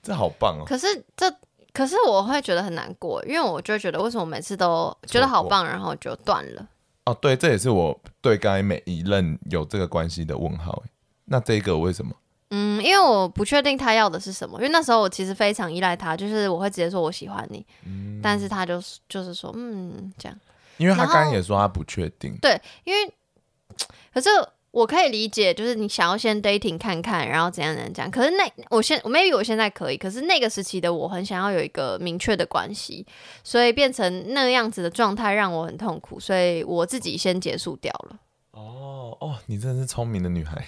Speaker 2: 这好棒哦！
Speaker 1: 可是这，可是我会觉得很难过，因为我就会觉得为什么每次都觉得好棒，然后就断了。
Speaker 2: 哦，对，这也是我对刚才每一任有这个关系的问号、诶那这个为什么？
Speaker 1: 嗯，因为我不确定他要的是什么，因为那时候我其实非常依赖他，就是我会直接说我喜欢你，
Speaker 2: 嗯
Speaker 1: 但是他就是就是说嗯这样，
Speaker 2: 因为他
Speaker 1: 然后
Speaker 2: 刚才也说他不确定，
Speaker 1: 因为可是我可以理解，就是你想要先 dating 看看，然后怎样怎样怎样。可是那我现 maybe 我现在可以，可是那个时期的我很想要有一个明确的关系，所以变成那样子的状态让我很痛苦，所以我自己先结束掉了。
Speaker 2: 哦哦，你真的是聪明的女孩，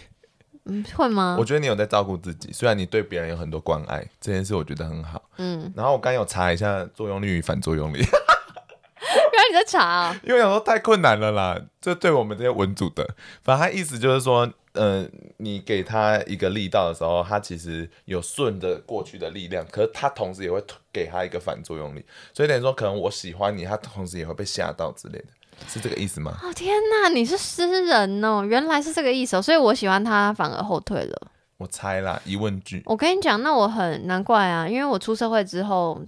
Speaker 1: 嗯，会吗
Speaker 2: 我？觉得你有在照顾自己，虽然你对别人有很多关爱，这件事我觉得很好。
Speaker 1: 嗯，
Speaker 2: 然后我刚才有查一下作用力与反作用力，
Speaker 1: 原来你在查啊。
Speaker 2: 因为想说太困难了啦，这对我们这些文组的，反正他意思就是说，呃，你给他一个力道的时候，他其实有顺着过去的力量，可是他同时也会给他一个反作用力，所以等于说，可能我喜欢你，他同时也会被吓到之类的，是这个意思吗？
Speaker 1: 哦天哪，你是诗人哦，原来是这个意思、哦，所以我喜欢他反而后退了。
Speaker 2: 我猜啦，疑问句。
Speaker 1: 我跟你讲，那我很难怪啊，因为我出社会之后，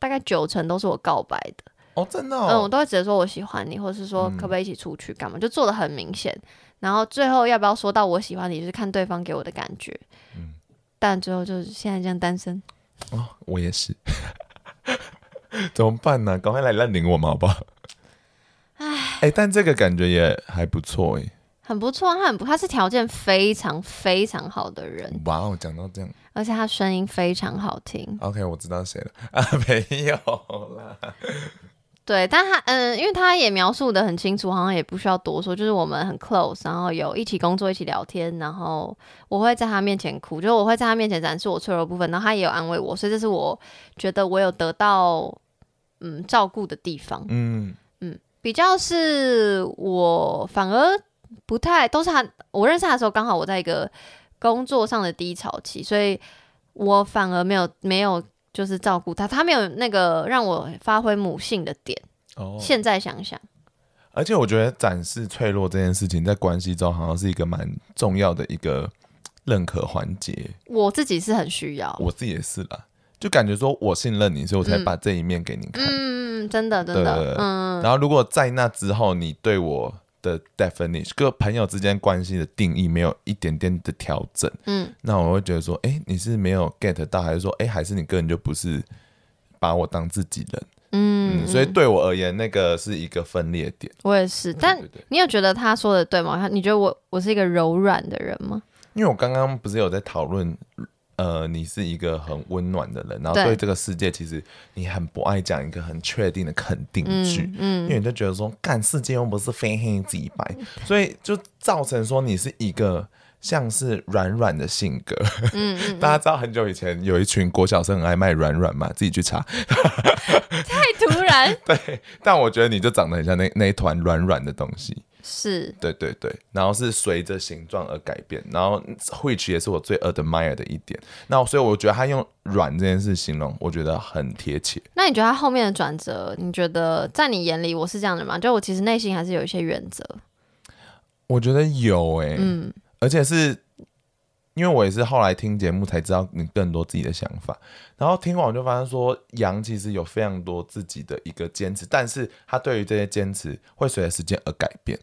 Speaker 1: 大概九成都是我告白的。
Speaker 2: 哦，真的
Speaker 1: 嗯，我
Speaker 2: 哦，
Speaker 1: 都会直接说我喜欢你，或是说可不可以一起出去干嘛，就做的很明显。然后最后要不要说到我喜欢你，就是看对方给我的感觉。但最后就是现在这样单身，
Speaker 2: 哦我也是， 怎么办呢、赶快来认领我们好不好？哎、但这个感觉也还不错哎、
Speaker 1: 很不错啊，他很不，他是条件非常非常好的人，
Speaker 2: 哇哦，讲到这样。
Speaker 1: 而且他声音非常好听。
Speaker 2: OK，我知道谁了啊， 没有啦。
Speaker 1: 对，但他嗯，因为他也描述的很清楚，好像也不需要多说，就是我们很 close，然后有一起工作，一起聊天，然后我会在他面前哭，就是我会在他面前展示我脆弱的部分，然后他也有安慰我，所以这是我觉得我有得到嗯照顾的地方，
Speaker 2: 嗯，
Speaker 1: 比较是我反而不太都是他，我认识他的时候刚好我在一个工作上的低潮期，所以我反而没有没有就是照顾他，他没有那个让我发挥母性的点。
Speaker 2: 哦，
Speaker 1: 现在想想，
Speaker 2: 而且我觉得展示脆弱这件事情在关系中好像是一个蛮重要的一个认可环节，
Speaker 1: 我自己是很需要。
Speaker 2: 我自己也是啦，就感觉说我信任你，所以我才
Speaker 1: 哦嗯
Speaker 2: 把这一面给你看。
Speaker 1: 嗯，真的真
Speaker 2: 对对
Speaker 1: 的
Speaker 2: 对，
Speaker 1: 嗯，
Speaker 2: 然后如果在那之后你对我的 definition，跟朋友之间关系的定义没有一点点的调整，
Speaker 1: 嗯，
Speaker 2: 那我会觉得说，哎、你是没有 get 到，还是说，哎、还是你个人就不是把我当自己人？嗯，所以对我而言，那个是一个分裂点。
Speaker 1: 我也是。但
Speaker 2: 对对
Speaker 1: 你有觉得他说的对吗？他你觉得我我是一个柔软的人吗？
Speaker 2: 因为我刚刚不是有在讨论，呃，你是一个很温暖的人，然后
Speaker 1: 对
Speaker 2: 对这个世界其实你很不爱讲一个很确定的肯定句，因为你就觉得说，干世界又不是非黑即白，所以就造成说你是一个。像是软软的性格，大家知道很久以前有一群国小生很爱卖软软嘛，自己去查。
Speaker 1: 太突然，
Speaker 2: 但我觉得你就长得很像那那一团软软的东西。
Speaker 1: 是
Speaker 2: 对对对，然后是随着形状而改变，然后 which 也是我最 admire 的一点。那所以我觉得他用“软”这件事形容，我觉得很贴切。
Speaker 1: 那你觉得他后面的转折，你觉得在你眼里我是这样的吗？就我其实内心还是有一些原则，
Speaker 2: 我觉得有欸诶、
Speaker 1: 嗯
Speaker 2: 而且是因为我也是后来听节目才知道你更多自己的想法，然后听完我就发现说，羊其实有非常多自己的一个坚持，但是他对于这些坚持会随着时间而改变。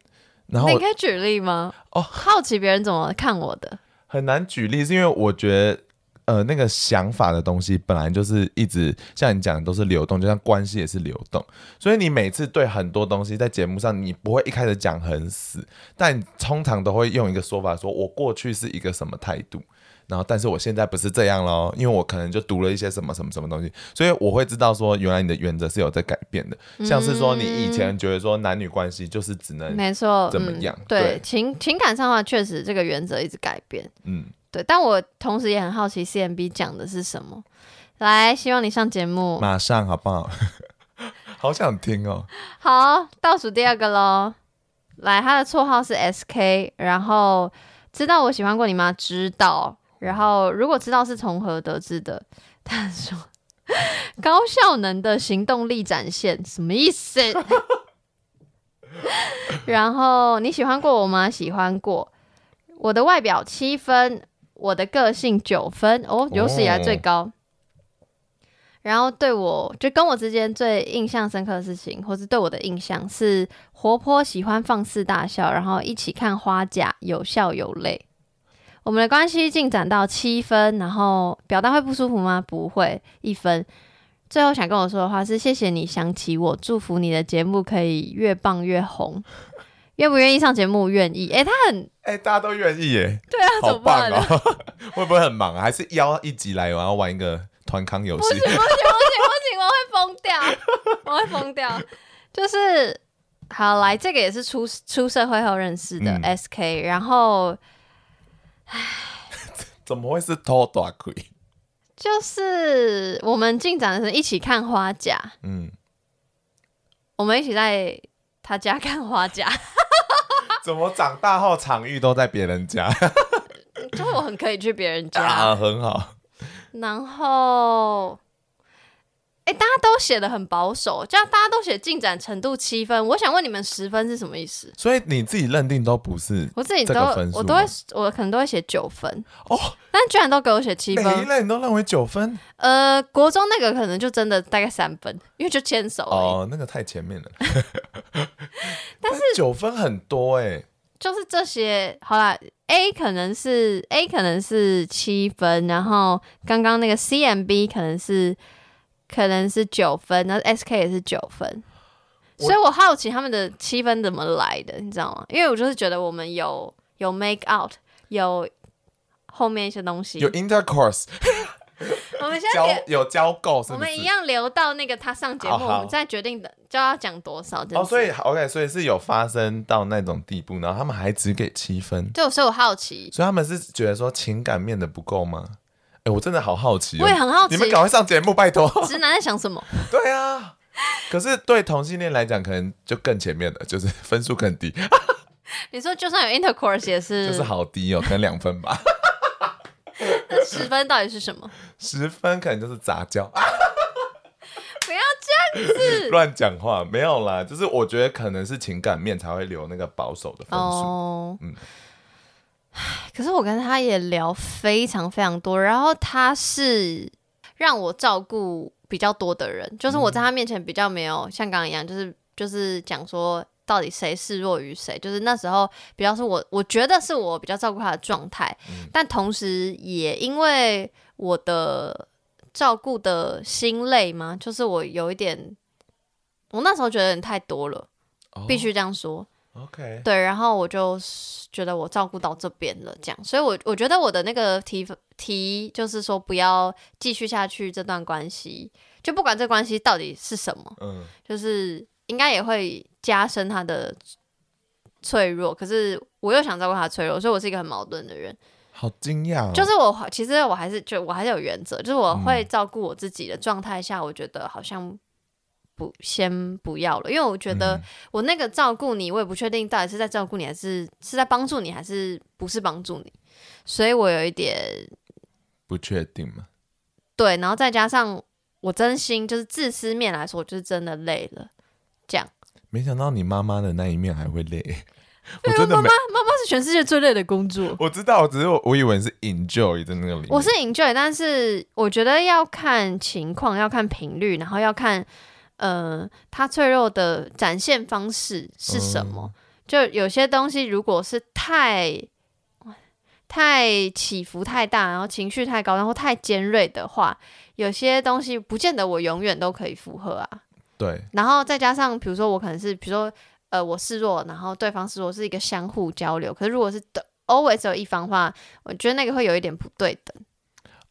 Speaker 2: 然后
Speaker 1: 你
Speaker 2: 我
Speaker 1: 可以举例吗？
Speaker 2: 哦
Speaker 1: 好奇别人怎么看我的，
Speaker 2: 很难举例，是因为我觉得，呃，那个想法的东西本来就是一直像你讲的都是流动，就像关系也是流动，所以你每次对很多东西在节目上，你不会一开始讲很死，但你通常都会用一个说法说，我过去是一个什么态度。然后，但是我现在不是这样咯，因为我可能就读了一些什么什么什么东西，所以我会知道说，原来你的原则是有在改变的。像是说，你以前觉得说男女关系就是只能
Speaker 1: 没错，
Speaker 2: 哎怎么
Speaker 1: 嗯
Speaker 2: 样对
Speaker 1: 对情情感上的话，确实这个原则一直改变。
Speaker 2: 嗯，
Speaker 1: 对，但我同时也很好奇 CMB 讲的是什么。来，希望你上节目。
Speaker 2: 马上好不好？ 好想听哦。
Speaker 1: 好，倒数第二个喽。来，他的绰号是 SK，然后知道我喜欢过你吗？知道。然后如果知道是从何得知的，他说高效能的行动力展现什么意思？ 然后你喜欢过我吗？喜欢过。我的外表七分，我的个性九分，哦，有史以来最高。然后对我就跟我之间最印象深刻的事情，或是对我的印象是活泼、喜欢放肆大笑，然后一起看花甲，有笑有泪。我们的关系进展到七分，然后表达会不舒服吗？不会，一分。最后想跟我说的话是：谢谢你想起我，祝福你的节目可以越棒越红。愿不愿意上节目？愿意。诶，他很
Speaker 2: 哎、大家都愿意耶，
Speaker 1: 对啊，怎
Speaker 2: 好
Speaker 1: 么办
Speaker 2: 棒
Speaker 1: 呢？
Speaker 2: 哦！ 会不会很忙啊？还是邀一集来，然后玩一个团康游戏？
Speaker 1: 不行，我会疯掉，我会疯掉。就是好来，这个也是出出社会后认识的
Speaker 2: 嗯
Speaker 1: SK，、然后
Speaker 2: 怎么会是偷大亏？
Speaker 1: 就是我们进展的时候一起看花甲，
Speaker 2: 嗯，
Speaker 1: 我们一起在他家看花 甲，啊
Speaker 2: 怎么长大后场域都在别 人家
Speaker 1: 就我很可以去别人家，
Speaker 2: 啊？很好，
Speaker 1: 然后。哎、大家都写的很保守，这样大家都写进展程度七分。我想问你们十分是什么意思？
Speaker 2: 所以你自己认定都不是
Speaker 1: 我自己
Speaker 2: 这
Speaker 1: 都、
Speaker 2: 个分数
Speaker 1: 我都会
Speaker 2: 吗
Speaker 1: 我可能都会写九分，
Speaker 2: 哦，
Speaker 1: 但居然都给我写七
Speaker 2: 每
Speaker 1: 分。
Speaker 2: 一类你都认为九分
Speaker 1: 呃，国中那个可能就真的大概三分，因为就牵手而已
Speaker 2: 哦，那个太 前面了。但是 九分很多哎，
Speaker 1: 就是这些。好啦 a 可能是 A 可能是七分，然后刚刚那个 CMB 可能是可能是九分，然后 SK 也是九分，
Speaker 2: 我
Speaker 1: 所以我好奇他们的七分怎么来的，你知道吗？因为我就是觉得我们有有 make out，有后面一些东西
Speaker 2: 有，intercourse
Speaker 1: 我们现在
Speaker 2: 交
Speaker 1: 也。
Speaker 2: 有交够是
Speaker 1: 我
Speaker 2: 不
Speaker 1: 们一
Speaker 2: 是？
Speaker 1: 样留到那个他上节目，
Speaker 2: 好好
Speaker 1: 我们再决定的就要讲多少。真
Speaker 2: 哦，
Speaker 1: 的是
Speaker 2: 所以 OK，所以是有发生到那种地步，然后他们还只给七分。
Speaker 1: 对，所以我好奇，
Speaker 2: 所以他们是觉得说情感面的不够吗？哎、我真的好好奇、哦，
Speaker 1: 我也很好奇
Speaker 2: 你们赶快上节目，拜托。
Speaker 1: 直男在想什么？
Speaker 2: 对啊，可是对同性恋来讲，可能就更前面了，就是分数更低，
Speaker 1: 嗯 你说就算有 intercourse 也是，
Speaker 2: 就是好低哦，可能两分吧。
Speaker 1: 那那十分到底是什么？
Speaker 2: 十分可能就是杂交，啊
Speaker 1: 不要这样子
Speaker 2: 乱讲话没有啦，就是我觉得可能是情感面才会留那个保守的分数。
Speaker 1: 哦。
Speaker 2: 嗯
Speaker 1: 可是我跟他也聊非常非常多，然后他是让我照顾比较多的人，就是我在他面前比较没有像刚刚一样，就是就是讲说到底谁示弱于谁，就是那时候比较是我我觉得是我比较照顾他的状态，但同时也因为我的照顾的心累嘛，就是我有一点，我那时候觉得有点太多了，必须这样说，
Speaker 2: 哦 OK，
Speaker 1: 对，然后我就是觉得我照顾到这边了，这样，所以我我觉得我的那个提提就是说不要继续下去这段关系，就不管这关系到底是什么，
Speaker 2: 嗯，
Speaker 1: 就是应该也会加深他的脆弱，可是我又想照顾他的脆弱，所以我是一个很矛盾的人，
Speaker 2: 好惊讶、哦，
Speaker 1: 就是我其实我还是就我还是有原则，就是我会
Speaker 2: 嗯
Speaker 1: 照顾我自己的状态下，我觉得好像不先不要了，因为我觉得
Speaker 2: 嗯
Speaker 1: 我那个照顾你，我也不确定到底是在照顾你，还是是在帮助你，还是不是帮助你，所以我有一点
Speaker 2: 不确定嘛。
Speaker 1: 对，然后再加上我真心就是自私面来说，我就是真的累了。这样，
Speaker 2: 没想到你妈妈的那一面还会累，我
Speaker 1: 因为
Speaker 2: 真
Speaker 1: 妈
Speaker 2: 的
Speaker 1: 妈
Speaker 2: 没，
Speaker 1: 妈妈是全世界最累的工作。
Speaker 2: 我知道，我只是我我以为你是 enjoy 在那个里面，
Speaker 1: 我是 enjoy，但是我觉得要看情况，要看频率，然后要看呃他脆弱的展现方式是什么。就有些东西如果是太太起伏太大，然后情绪太高，然后太尖锐的话，有些东西不见得我永远都可以符合啊。
Speaker 2: 对，
Speaker 1: 然后再加上，比如说我可能是，比如说呃，我示弱，然后对方示弱，是一个相互交流。可是如果是的 always 有一方的话，我觉得那个会有一点不对等。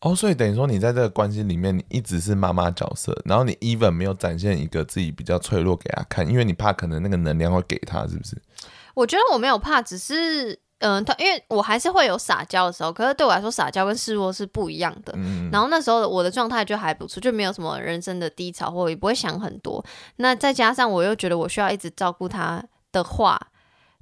Speaker 2: 哦，所以等于说你在这个关系里面，你一直是妈妈角色，然后你 even 没有展现一个自己比较脆弱给她看，因为你怕可能那个能量会给她，是不是？
Speaker 1: 我觉得我没有怕，只是嗯，他因为我还是会有撒娇的时候，可是对我来说，撒娇跟示弱是不一样的。
Speaker 2: 嗯，
Speaker 1: 然后那时候我的状态就还不错，就没有什么人生的低潮，或也不会想很多。那再加上我又觉得我需要一直照顾他的话，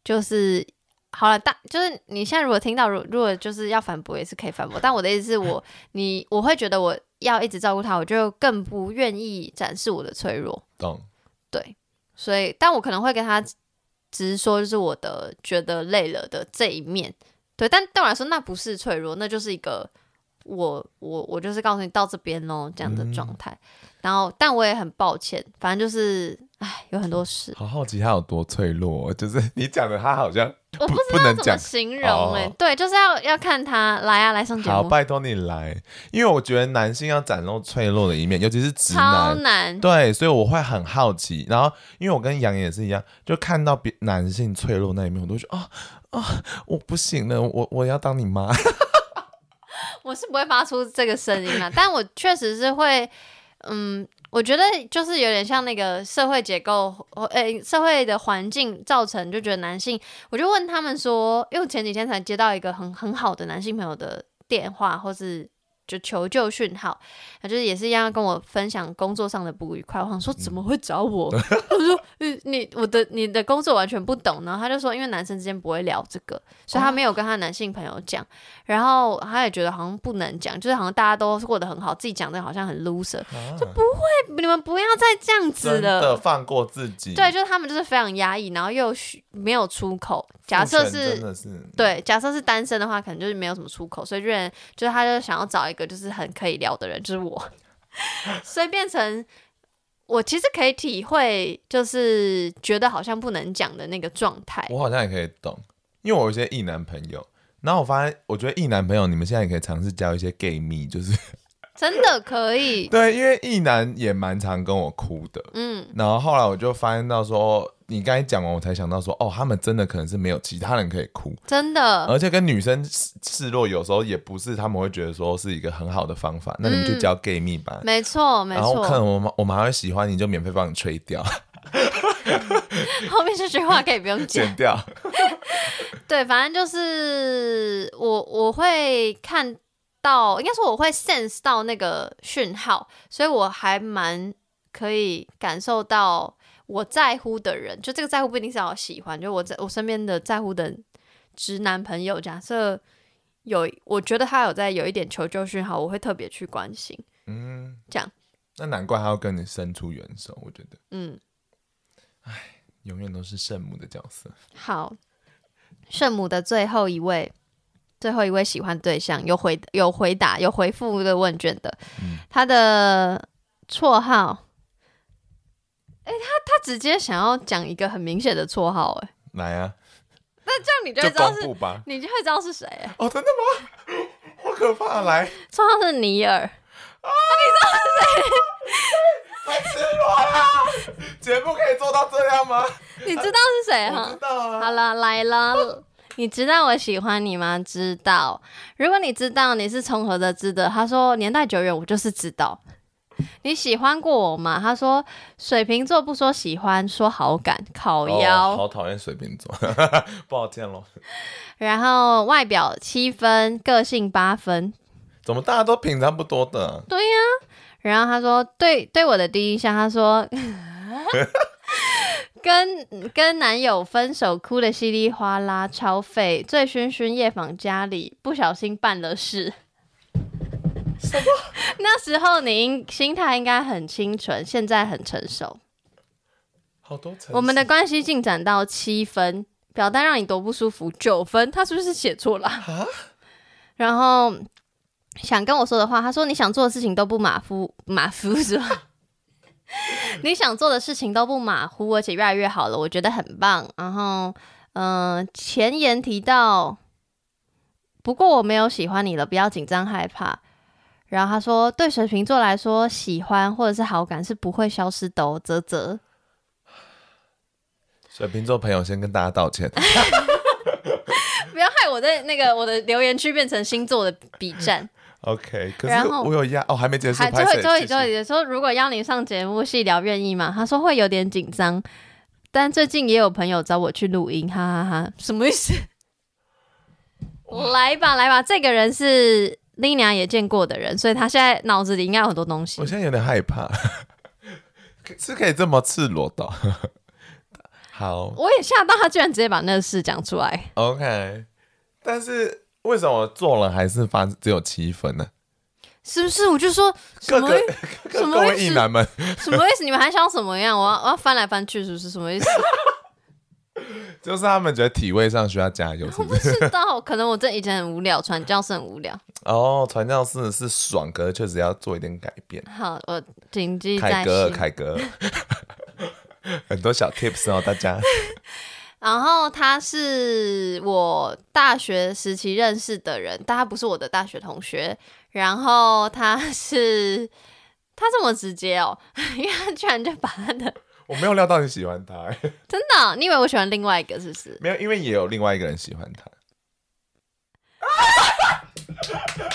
Speaker 1: 就是好了，大就是你现在如果听到，如如果就是要反驳也是可以反驳，但我的意思是我你我会觉得我要一直照顾他，我就更不愿意展示我的脆弱。
Speaker 2: 懂。
Speaker 1: 对，所以但我可能会跟他直说，就是我的觉得累了的这一面。对，但对我来说，那不是脆弱，那就是一个我我我就是告诉你到这边咯这样的
Speaker 2: 嗯
Speaker 1: 状态。然后，但我也很抱歉，反正就是唉，有很多 事，
Speaker 2: 好好奇她有多脆弱哦、就是 你讲的她好像
Speaker 1: 我
Speaker 2: 不
Speaker 1: 不知
Speaker 2: 不
Speaker 1: 道
Speaker 2: 能
Speaker 1: 怎么
Speaker 2: 讲
Speaker 1: 形容哎、
Speaker 2: 哦
Speaker 1: 对，就是要要看他来啊，来上节
Speaker 2: 好，
Speaker 1: 目，
Speaker 2: 拜托你来，因为我觉得男性要展露脆弱的一面，尤其是直
Speaker 1: 超
Speaker 2: 男，
Speaker 1: 难。
Speaker 2: 对，所以我会很好奇。然后，因为我跟杨也是一样，就看到别男性脆弱那一面，我都会觉得啊啊，我不行了，我我要当你妈。
Speaker 1: 我是不会发出这个声音啦，但我确实是会，嗯，我觉得就是有点像那个社会结构，呃、诶社会的环境造成，就觉得男性，我就问他们说，因为我前几天才接到一个很很好的男性朋友的电话，或是。就求救讯号，他就是也是一样跟我分享工作上的不愉快。我想说怎么会找我？我说嗯你我的你的工作完全不懂。然后他就说，因为男生之间不会聊这个，所以他没有跟他男性朋友讲。然后他也觉得好像不能讲，就是好像大家都过得很好，自己讲的好像很 loser。
Speaker 2: 就不
Speaker 1: 你们不要再这样子
Speaker 2: 真的
Speaker 1: 了。
Speaker 2: 放过自己。
Speaker 1: 对，就是他们就是非常压抑，然后又需没有出口。假设
Speaker 2: 父权真
Speaker 1: 是
Speaker 2: 的是，
Speaker 1: 对，假设是单身的话，可能就是没有什么出口，所以人就是他就想要找一个就是很可以聊的人，就是 我，所以变成我其实可以体会，就是觉得好像不能讲的那个状态。
Speaker 2: 我好像也可以懂，因为我有一些异男朋友，然后我发现，我觉得异男朋友你们现在也可以尝试交一些 gay 蜜，就是
Speaker 1: 真的可以，
Speaker 2: 对，因为异男也蛮常跟我哭的。
Speaker 1: 嗯，
Speaker 2: 然后后来我就发现到说，哦你刚才讲完，我才想到说，哦，他们真的可能是没有其他人可以哭，
Speaker 1: 真的。
Speaker 2: 而且跟女生示示弱有时候也不是他们会觉得说是一个很好的方法，那你们去交 gay 蜜吧。
Speaker 1: 没错，嗯没
Speaker 2: 然后
Speaker 1: 错。
Speaker 2: 我看我们我们还会喜欢你，就免费帮你吹掉、
Speaker 1: 后面这句话可以不用
Speaker 2: 剪
Speaker 1: 讲。
Speaker 2: 掉。
Speaker 1: 对，反正就是我我会看到，应该说我会 sense 到那个讯号，所以我还蛮可以感受到我在乎的人，就这个在乎不一定是要喜欢，就我在我身边的在乎的直男朋友，假设有，我觉得他有在有一点求救讯号，我会特别去关心。
Speaker 2: 嗯，
Speaker 1: 这样，
Speaker 2: 那难怪他要跟你伸出援手，我觉得
Speaker 1: 嗯，
Speaker 2: 永远都是圣母的角色。
Speaker 1: 好，圣母的最后一位，最后一位喜欢对象有回有回答有回复的问卷的，
Speaker 2: 嗯
Speaker 1: 他的绰号，哎、他他直接想要讲一个很明显的绰号、哎，
Speaker 2: 来啊，
Speaker 1: 这样你就
Speaker 2: 就
Speaker 1: 会知道
Speaker 2: 公
Speaker 1: 是，
Speaker 2: 布吧。
Speaker 1: 你就会知道是谁、哎
Speaker 2: 哦，真的吗？ 好可怕！来，
Speaker 1: 绰号是尼尔，
Speaker 2: 太赤裸了，节目可以做到这样吗？
Speaker 1: 你知道是谁哈？
Speaker 2: 我知道啊。
Speaker 1: 哎好了，来了。 你知道我喜欢你吗？知道。如果你知道，你是从何得知的？他说年代久远，我就是知道。你喜欢过我吗？他说水瓶座不说喜欢，说好感，烤腰。
Speaker 2: 哦好讨厌水瓶座， 抱歉喽。
Speaker 1: 然后外表七分，个性八分。
Speaker 2: 怎么大家都品尝不多的啊、
Speaker 1: 对呀、然后他说对对我的第一印象，他说跟跟男友分手哭的稀里哗啦，超废，醉醺醺夜访家里，不小心办了事。 那时候你应心态应该很清纯，现在很成熟。
Speaker 2: 好多层。
Speaker 1: 我们的关系进展到七分，表单让你多不舒服九分，他是不是写错了？然后想跟我说的话，他说你想做的事情都不马虎，马虎是吧？你想做的事情都不马虎，而且越来越好了，我觉得很棒。然后，嗯、前言提到，不过我没有喜欢你了，不要紧张害怕。然后他说，对水瓶座来说，喜欢或者是好感是不会消失的、哦，啧啧。
Speaker 2: 水瓶座朋友先跟大家道 歉，
Speaker 1: 不要害我在那个我的留言区变成星座的比 战。
Speaker 2: OK，可
Speaker 1: 然
Speaker 2: 是
Speaker 1: 后
Speaker 2: 我有压哦，还没结束，
Speaker 1: 还最
Speaker 2: 拍
Speaker 1: 后
Speaker 2: 谁
Speaker 1: 最后
Speaker 2: 继续
Speaker 1: 最后也说，如果邀你上节目细聊，愿意吗？他说会有点紧张，但最近也有朋友找我去录音，哈哈哈什么意 思？来吧来吧，这个人是 Lina 也见过的人，所以他现在脑子里应该有很多东西
Speaker 2: 我。现在有点害怕，是可以这么赤裸的哦。好
Speaker 1: 我也吓到他，居然直接把那个事讲出来。
Speaker 2: ，OK，但是为什么我做了还是发只有七分呢？
Speaker 1: 是不是？我就说什
Speaker 2: 各
Speaker 1: 么
Speaker 2: 个
Speaker 1: 什
Speaker 2: 各
Speaker 1: 么意
Speaker 2: 位
Speaker 1: 思
Speaker 2: 异男们，
Speaker 1: 什么意思？你们还想什么样？我要我要翻来翻去，是不是？什么意思？
Speaker 2: 就是他们觉得体位上需要加油，是
Speaker 1: 我不
Speaker 2: 不是？
Speaker 1: 知道，可能我这以前很无聊，传教士很无聊。
Speaker 2: 哦，传教士是爽，可是确实要做一点改变。
Speaker 1: 好，我谨记在
Speaker 2: 凯格尔，
Speaker 1: 心。
Speaker 2: 凯格尔， 很多小 tips 哦，大家。
Speaker 1: 然后他是我大学时期认识的人，但他不是我的大学同学。然后他是他这么直接哦， 因为他居然就把他的
Speaker 2: 我没有料到你喜欢他、欸
Speaker 1: 真的哦、你以为我喜欢另外一个是不是？
Speaker 2: 没有，因为也有另外一个人喜欢他。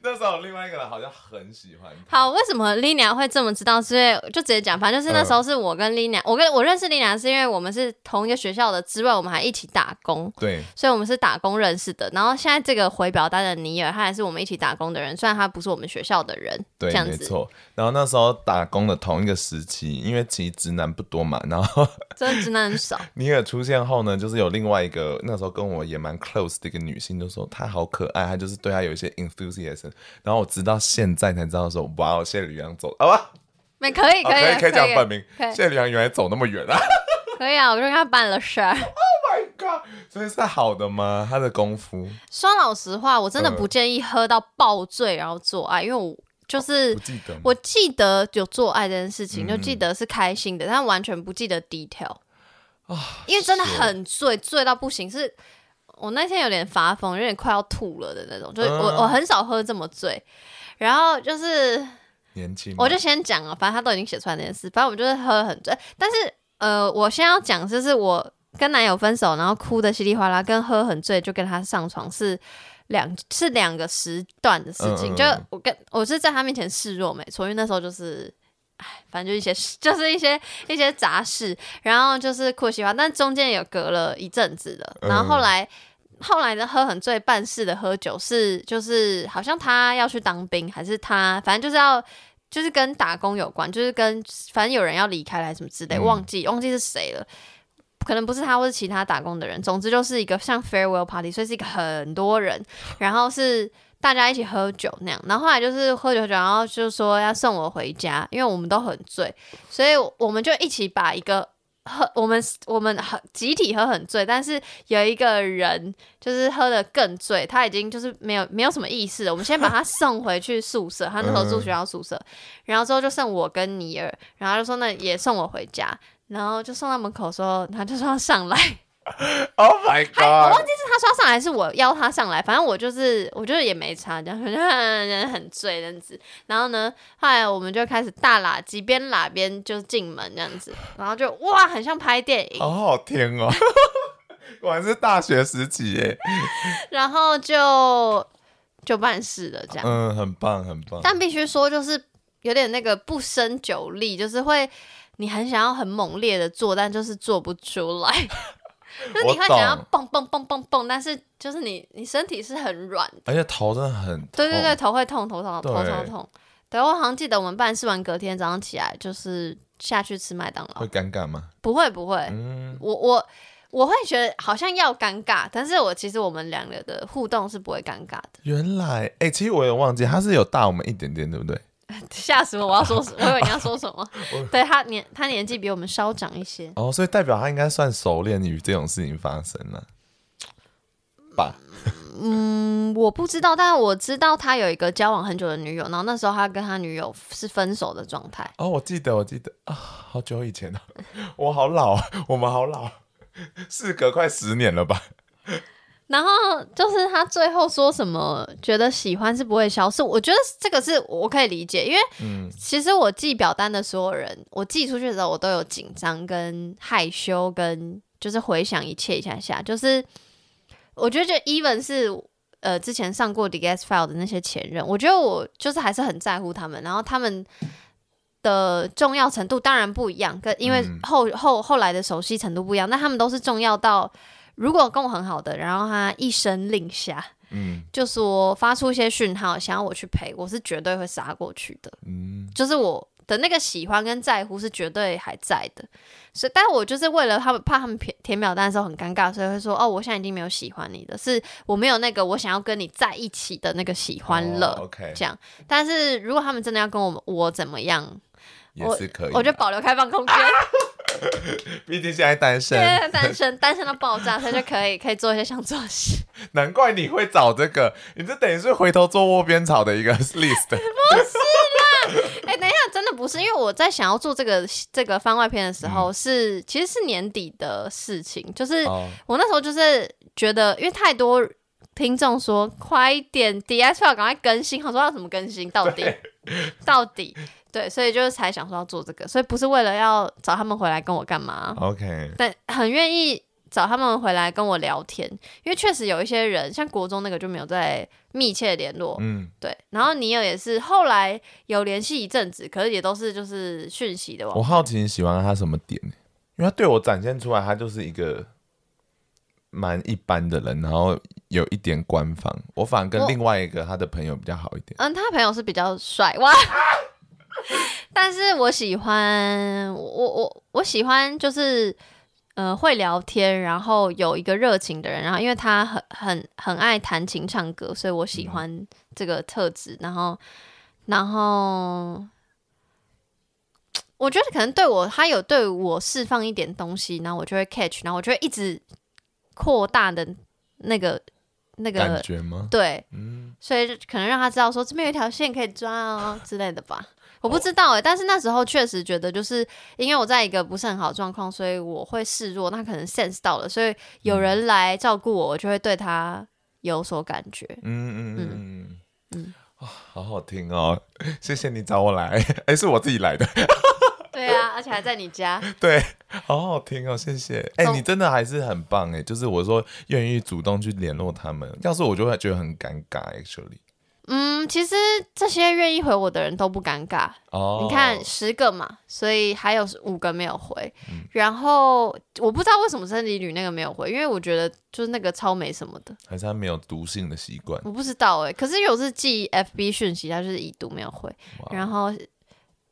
Speaker 2: 那时候另外一个人好像很喜欢他，
Speaker 1: 好，为什么 Lina 会这么知道？是因为就直接讲，反正就是那时候是我跟 Lina，、我跟我认识 Lina 是因为我们是同一个学校的，之外我们还一起打工。
Speaker 2: 对，
Speaker 1: 所以我们是打工认识的。然后现在这个回表单的尼尔，他也是我们一起打工的人，虽然他不是我们学校的人，
Speaker 2: 对
Speaker 1: 这，样
Speaker 2: 没
Speaker 1: 子，
Speaker 2: 错。然后那时候打工的同一个时期，因为其实直男不多嘛，然后
Speaker 1: 真的直男很少。
Speaker 2: 尼尔出现后呢，就是有另外一个那时候跟我也蛮 close 的一个女性，就说她好可爱，她就是对她有一些 enthusiasm。然后我直到现在才知道说，哇哦，谢吕阳走，好吧，
Speaker 1: 没可以
Speaker 2: 好
Speaker 1: 以啊
Speaker 2: 哦以可
Speaker 1: 可
Speaker 2: 以讲本名
Speaker 1: 可，以
Speaker 2: 谢吕阳原来走那么远啊
Speaker 1: 可以啊！我就跟他办了 事儿。
Speaker 2: 嗯，Oh ！My God，所以是好的吗？他的功夫
Speaker 1: 说老实话，我真的
Speaker 2: 嗯
Speaker 1: 不建议喝到爆醉然后做爱，因为我就是
Speaker 2: 不记得吗
Speaker 1: 呃我记得有做爱这件事
Speaker 2: 嗯
Speaker 1: 情，就记得是开心的，但完全不记得 detail 因为真的
Speaker 2: 啊是哦
Speaker 1: 很醉，醉到不行，是我那天有点发疯，有点快要吐了的那种，就是我、
Speaker 2: 嗯
Speaker 1: 我很少喝这么醉。然后就是，
Speaker 2: 年轻吗，
Speaker 1: 我就先讲了，反正他都已经写出来那件事，反正我们就是喝很醉。但是呃，我先要讲，就是我跟男友分手，然后哭的稀里哗啦，跟喝很醉就跟他上床是两是两个时段的事情。
Speaker 2: 嗯嗯嗯
Speaker 1: 就我跟我是在他面前示弱没错，因为那时候就是。唉，反正就一些 事，就是一些一些杂事，然后就是哭喜欢，但中间有隔了一阵子的，
Speaker 2: 嗯
Speaker 1: 然后后来、后来的喝很醉办事的喝酒是就是好像他要去当兵，还是他反正就是要就是跟打工有关，就是跟反正有人要离开来什么之类，
Speaker 2: 嗯
Speaker 1: 忘记忘记是谁了。可能不是他或是其他打工的人，总之就是一个像 farewell party，所以是一个很多人，然后是大家一起喝酒那样。然后后来就是喝酒喝酒，然后就说要送我回家，因为我们都很醉，所以我们就一起把一个。喝我们我们很集体喝很醉，但是有一个人就是喝的更醉，他已经就是没有没有什么意识了。我们先把他送回去宿舍，他那时候住学校宿舍，然后之后就剩我跟尼尔，然后他就说那也送我回家，然后就送到门口说，他就说要上来，
Speaker 2: Oh my
Speaker 1: 我忘
Speaker 2: god！
Speaker 1: 记是他说要上来，是我邀他上来，反正我就是我觉得也没差，这样 人很醉这样子。然后呢，后来我们就开始大喇叽，边喇边就进门这样子，然后就哇，很像拍电影，
Speaker 2: 好好听哦， 果然是大学时期耶。
Speaker 1: 然后就就办事了这样。
Speaker 2: 嗯，很棒，很棒。
Speaker 1: 但必须说，就是有点那个不胜酒力，就是会你很想要很猛烈的做，但就是做不出 来。就是你会想要
Speaker 2: 我懂
Speaker 1: 蹦蹦蹦蹦蹦，但是就是你你身体是很软的，
Speaker 2: 而且哎头真的很痛。
Speaker 1: 对对对，，头会痛，头痛，头
Speaker 2: 哦对
Speaker 1: 头痛。对，我好像记得我们办事完隔天早上起来就是下去吃麦当劳
Speaker 2: 会，尴尬吗？
Speaker 1: 不会不会，
Speaker 2: 嗯，
Speaker 1: 我我我会觉得好像要尴尬，但是我其实我们两个的互动是不会尴尬的，
Speaker 2: 原来哎、其实我也忘记，他是有大我们一点点，对不对？
Speaker 1: 吓死我！我要说什，我以为你要说什么。 对他年他年纪比我们稍长一些，
Speaker 2: 哦，所以代表他应该算熟练于这种事情发生了吧？
Speaker 1: 嗯，我不知道，但是我知道他有一个交往很久的女友，然后那时候他跟他女友是分手的状态。
Speaker 2: 哦，我记得，我记得啊，好久以前了，我好老啊，我们好老，事隔快十年了吧？
Speaker 1: 然后就是他最后说什么，觉得喜欢是不会消失。我觉得这个是我可以理解，因为
Speaker 2: 嗯，
Speaker 1: 其实我寄表单的所有人，我寄出去的时候，我都有紧张、跟害羞、跟就是回想一切一下下，就是我觉得就 even 是呃之前上过 d s File 的那些前任，我觉得我就是还是很在乎他们，然后他们的重要程度当然不一样，跟因为
Speaker 2: 嗯
Speaker 1: 后、后后来的熟悉程度不一样，但他们都是重要到如果跟我很好的，然后他一声令下。
Speaker 2: 嗯
Speaker 1: 就说发出一些讯号，想要我去陪，我是绝对会杀过去的。
Speaker 2: 嗯，
Speaker 1: 就是我的那个喜欢跟在乎是绝对还在的，所以，但我就是为了他们怕他们填填表单的时候很尴尬，所以会说哦，我现在已经没有喜欢你的，是我没有那个我想要跟你在一起的那个喜欢了，
Speaker 2: 哦，OK，
Speaker 1: 这样。但是如果他们真的要跟我我怎么样，
Speaker 2: 也是可以
Speaker 1: 我就
Speaker 2: 啦啊
Speaker 1: 保留开放空间，
Speaker 2: 毕竟现在单身
Speaker 1: 对，，单身单身到爆炸，所以就可以可以做一些想做的事。
Speaker 2: 难怪你会找这个，你这等于是回头做窝边草的一个 list。
Speaker 1: 哎、等一下，真的不是，因为我在想要做这个这个番外篇的时候是，其实是年底的事情，就是
Speaker 2: 嗯哦，
Speaker 1: 我那时候就是觉得，因为太多听众说快一点 D S L 赶快更新，我说要怎么更新，到底到底对，所以就是才想说要做这个，所以不是为了要找他们回来跟我干
Speaker 2: 哦
Speaker 1: 嘛，
Speaker 2: OK，
Speaker 1: 但很愿意找他们回来跟我聊天，因为确实有一些人，像国中那个就没有在密切联络，
Speaker 2: 嗯，
Speaker 1: 对，然后尼尔也是后来有联系一阵子，可是也都是就是讯息的
Speaker 2: 我
Speaker 1: 网，
Speaker 2: 好奇你喜欢他什么点呢？因为他对我展现出来，他就是一个蛮一般的人，然后有一点官方。我反而跟
Speaker 1: 我
Speaker 2: 另外一个他的朋友比较好一点。
Speaker 1: 嗯，他朋友是比较帅哇， 但是我喜欢我我我我喜欢就是呃会聊天，然后有一个热情的人，然后因为他很很很爱弹琴唱歌，所以我
Speaker 2: 嗯
Speaker 1: 喜欢这个特质，然后然后。我觉得可能对我，他有对我释放一点东西，然后我就会 catch，然后我就会一直扩大的那个那
Speaker 2: 感
Speaker 1: 个
Speaker 2: 觉吗？
Speaker 1: 对，
Speaker 2: 嗯，
Speaker 1: 所以就可能让他知道说这边有一条线可以抓哦之类的吧。我不知道哎、但是那时候确实觉得，就是因为我在一个不是很好的状况，所以我会示弱。那可能 sense 到了，所以有人来照顾我，我就会对他有所感觉。
Speaker 2: 嗯嗯嗯嗯嗯
Speaker 1: 嗯，
Speaker 2: 哇、好好听哦！ 谢谢你找我来，哎，是我自己来的，
Speaker 1: 对啊，而且还在你家，
Speaker 2: 对，好好听哦，谢谢。哎，
Speaker 1: 从
Speaker 2: 你真的还是很棒哎，就是我说愿意主动去联络他们，要是我就会觉得很尴尬，actually。
Speaker 1: 嗯，其实这些愿意回我的人都不尴尬，
Speaker 2: 哦，
Speaker 1: 你看十个嘛，所以还有五个没有回。然后我不知道为什么生理女那个没有回，因为我觉得就是那个超没什么的。
Speaker 2: 还是他没有毒性的习惯。
Speaker 1: 欸我不知道哎、可是有是寄 FB 讯息，他就是已读没有回，
Speaker 2: 哇
Speaker 1: 然后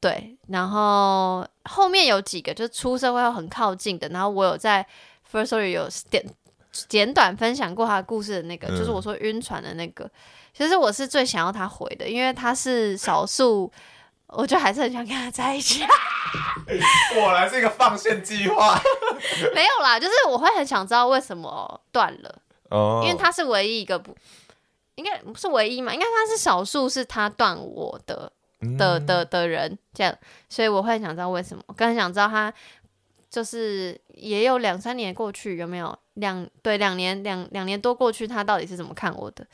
Speaker 1: 岁，然后后面有几个就是出社会后很靠近的，然后我有在 First Story 有简简短分享过他的故事的那个，
Speaker 2: 嗯
Speaker 1: 就是我说晕船的那个，其实我是最想要他回的，因为他是少数，我就还是很想跟他在一起。 啊
Speaker 2: 果然是一个放线计划
Speaker 1: 没有啦，就是我会很想知道为什么断了，
Speaker 2: 哦，
Speaker 1: 因为他是唯一一个不，应该不是唯一嘛，应该他是少数是他断我的
Speaker 2: 嗯
Speaker 1: 的的的人这样，所以我会很想知道为什么，更想知道他就是也有两三年过去有没有两对两年两两年多过去，他到底是怎么看我的？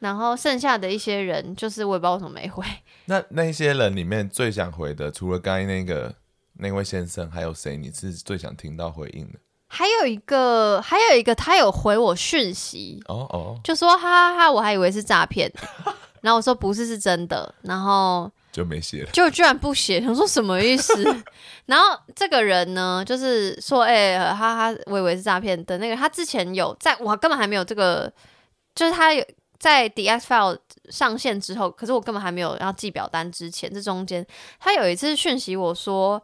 Speaker 1: 然后剩下的一些人，就是我也不知道为什么没回，
Speaker 2: 那那一些人里面最想回的，除了刚才那个那位先生，还有谁你是最想听到回应的？
Speaker 1: 还有一个还有一个他有回我讯息，
Speaker 2: 哦哦，
Speaker 1: 就说哈哈哈，我还以为是诈骗 呢，然后我说不是，是真的，然后
Speaker 2: 就没写了。
Speaker 1: 就居然不写，想说什么意 思？然后这个人呢，就是说哎、呃哈哈，我以为是诈骗的那个，他之前有在我根本还没有这个，就是他有在 The X File 上线之后，可是我根本还没有要寄表单之前，这中间他有一次讯息我说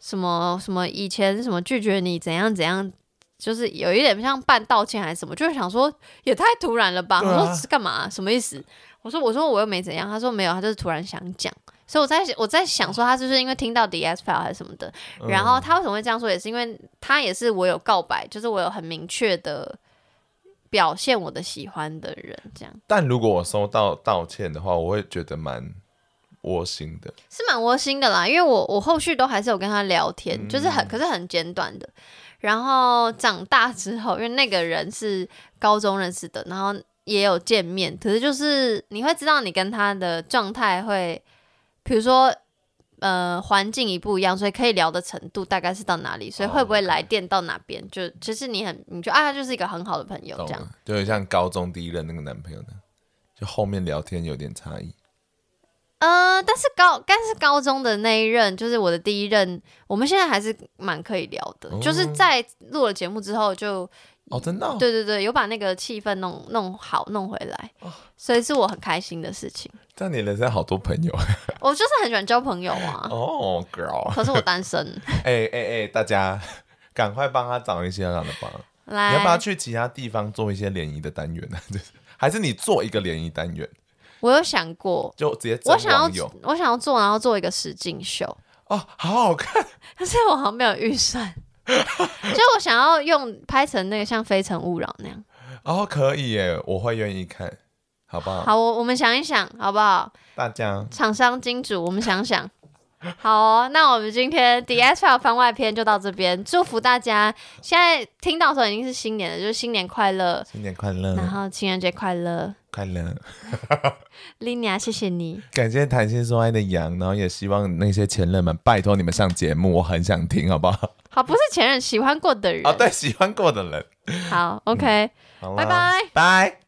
Speaker 1: 什么什么以前什么拒绝你怎样怎样。就是有一点像半道歉还是什么，就是想说也太突然了吧？
Speaker 2: 对啊
Speaker 1: 我说是干嘛？什么意思？我说我说我又没怎样，他说没有，他就是突然想讲。所以我在我在想说，他是不是因为听到 DS file 还是什么的？然后他为什么会这样说，也是因为他也是我有告白，就是我有很明确的表现我的喜欢的人，这样
Speaker 2: 但如果我收到道歉的话，我会觉得蛮窝心的。
Speaker 1: 是蛮窝心的啦。因为我我后续都还是有跟他聊天，就是很可是很简短的。然后长大之后，因为那个人是高中认识的，然后也有见面，可是就是你会知道你跟他的状态会，比如说。呃，环境一不一样，所以可以聊的程度大概是到哪里，所以会不会来电到哪边就其实你很，你就啊，他就是一个很好的朋友
Speaker 2: 懂
Speaker 1: 这样。
Speaker 2: 了，就很像高中第一任那个男朋友呢，就后面聊天有点差异。
Speaker 1: 呃，但是高，但是高中的那一任，就是我的第一任，我们现在还是蛮可以聊的，
Speaker 2: 哦
Speaker 1: 就是在录了节目之后就，
Speaker 2: 哦，真的、哦？
Speaker 1: 对对对，有把那个气氛弄弄好，弄回来，
Speaker 2: 哦
Speaker 1: 所以是我很开心的事情。
Speaker 2: 但你人生好多朋 友
Speaker 1: 我就是很喜欢交朋友啊，
Speaker 2: 哦，girl，
Speaker 1: 可是我单身。
Speaker 2: 哎哎哎，大家赶快帮他找一些让他帮， 你要不要
Speaker 1: 来，
Speaker 2: 去其他地方做一些联谊的单元呢、 就是还是你做一个联谊单元，
Speaker 1: 我有想过，
Speaker 2: 就直接征
Speaker 1: 我想
Speaker 2: 网友
Speaker 1: 要，我想要做，然后做一个实境秀，
Speaker 2: 哦，好好看，
Speaker 1: 可是我好像没有预算， 就是我想要用拍成那个像《非诚勿扰》那样。
Speaker 2: 哦，可以耶，我会愿意看，好不好？
Speaker 1: 好，我我们想一想，好不好？
Speaker 2: 大家
Speaker 1: 厂商金主，我们想想。 好哦，那我们今天 The S L 番外篇就到这边，祝福大家。现在听到的时候已经是新年了，就是新年快乐，
Speaker 2: 新年快乐，
Speaker 1: 然后情人节快乐。
Speaker 2: 快乐！
Speaker 1: Linia，谢谢你。
Speaker 2: 感谢谈心说爱的羊，然后也希望那些前任们，拜托你们上节目，我很想听，好不好？
Speaker 1: 好，不是前任，喜欢过的人。
Speaker 2: 啊，对，喜欢过的人，
Speaker 1: 好，OK，
Speaker 2: 好啦
Speaker 1: 拜拜。
Speaker 2: 拜。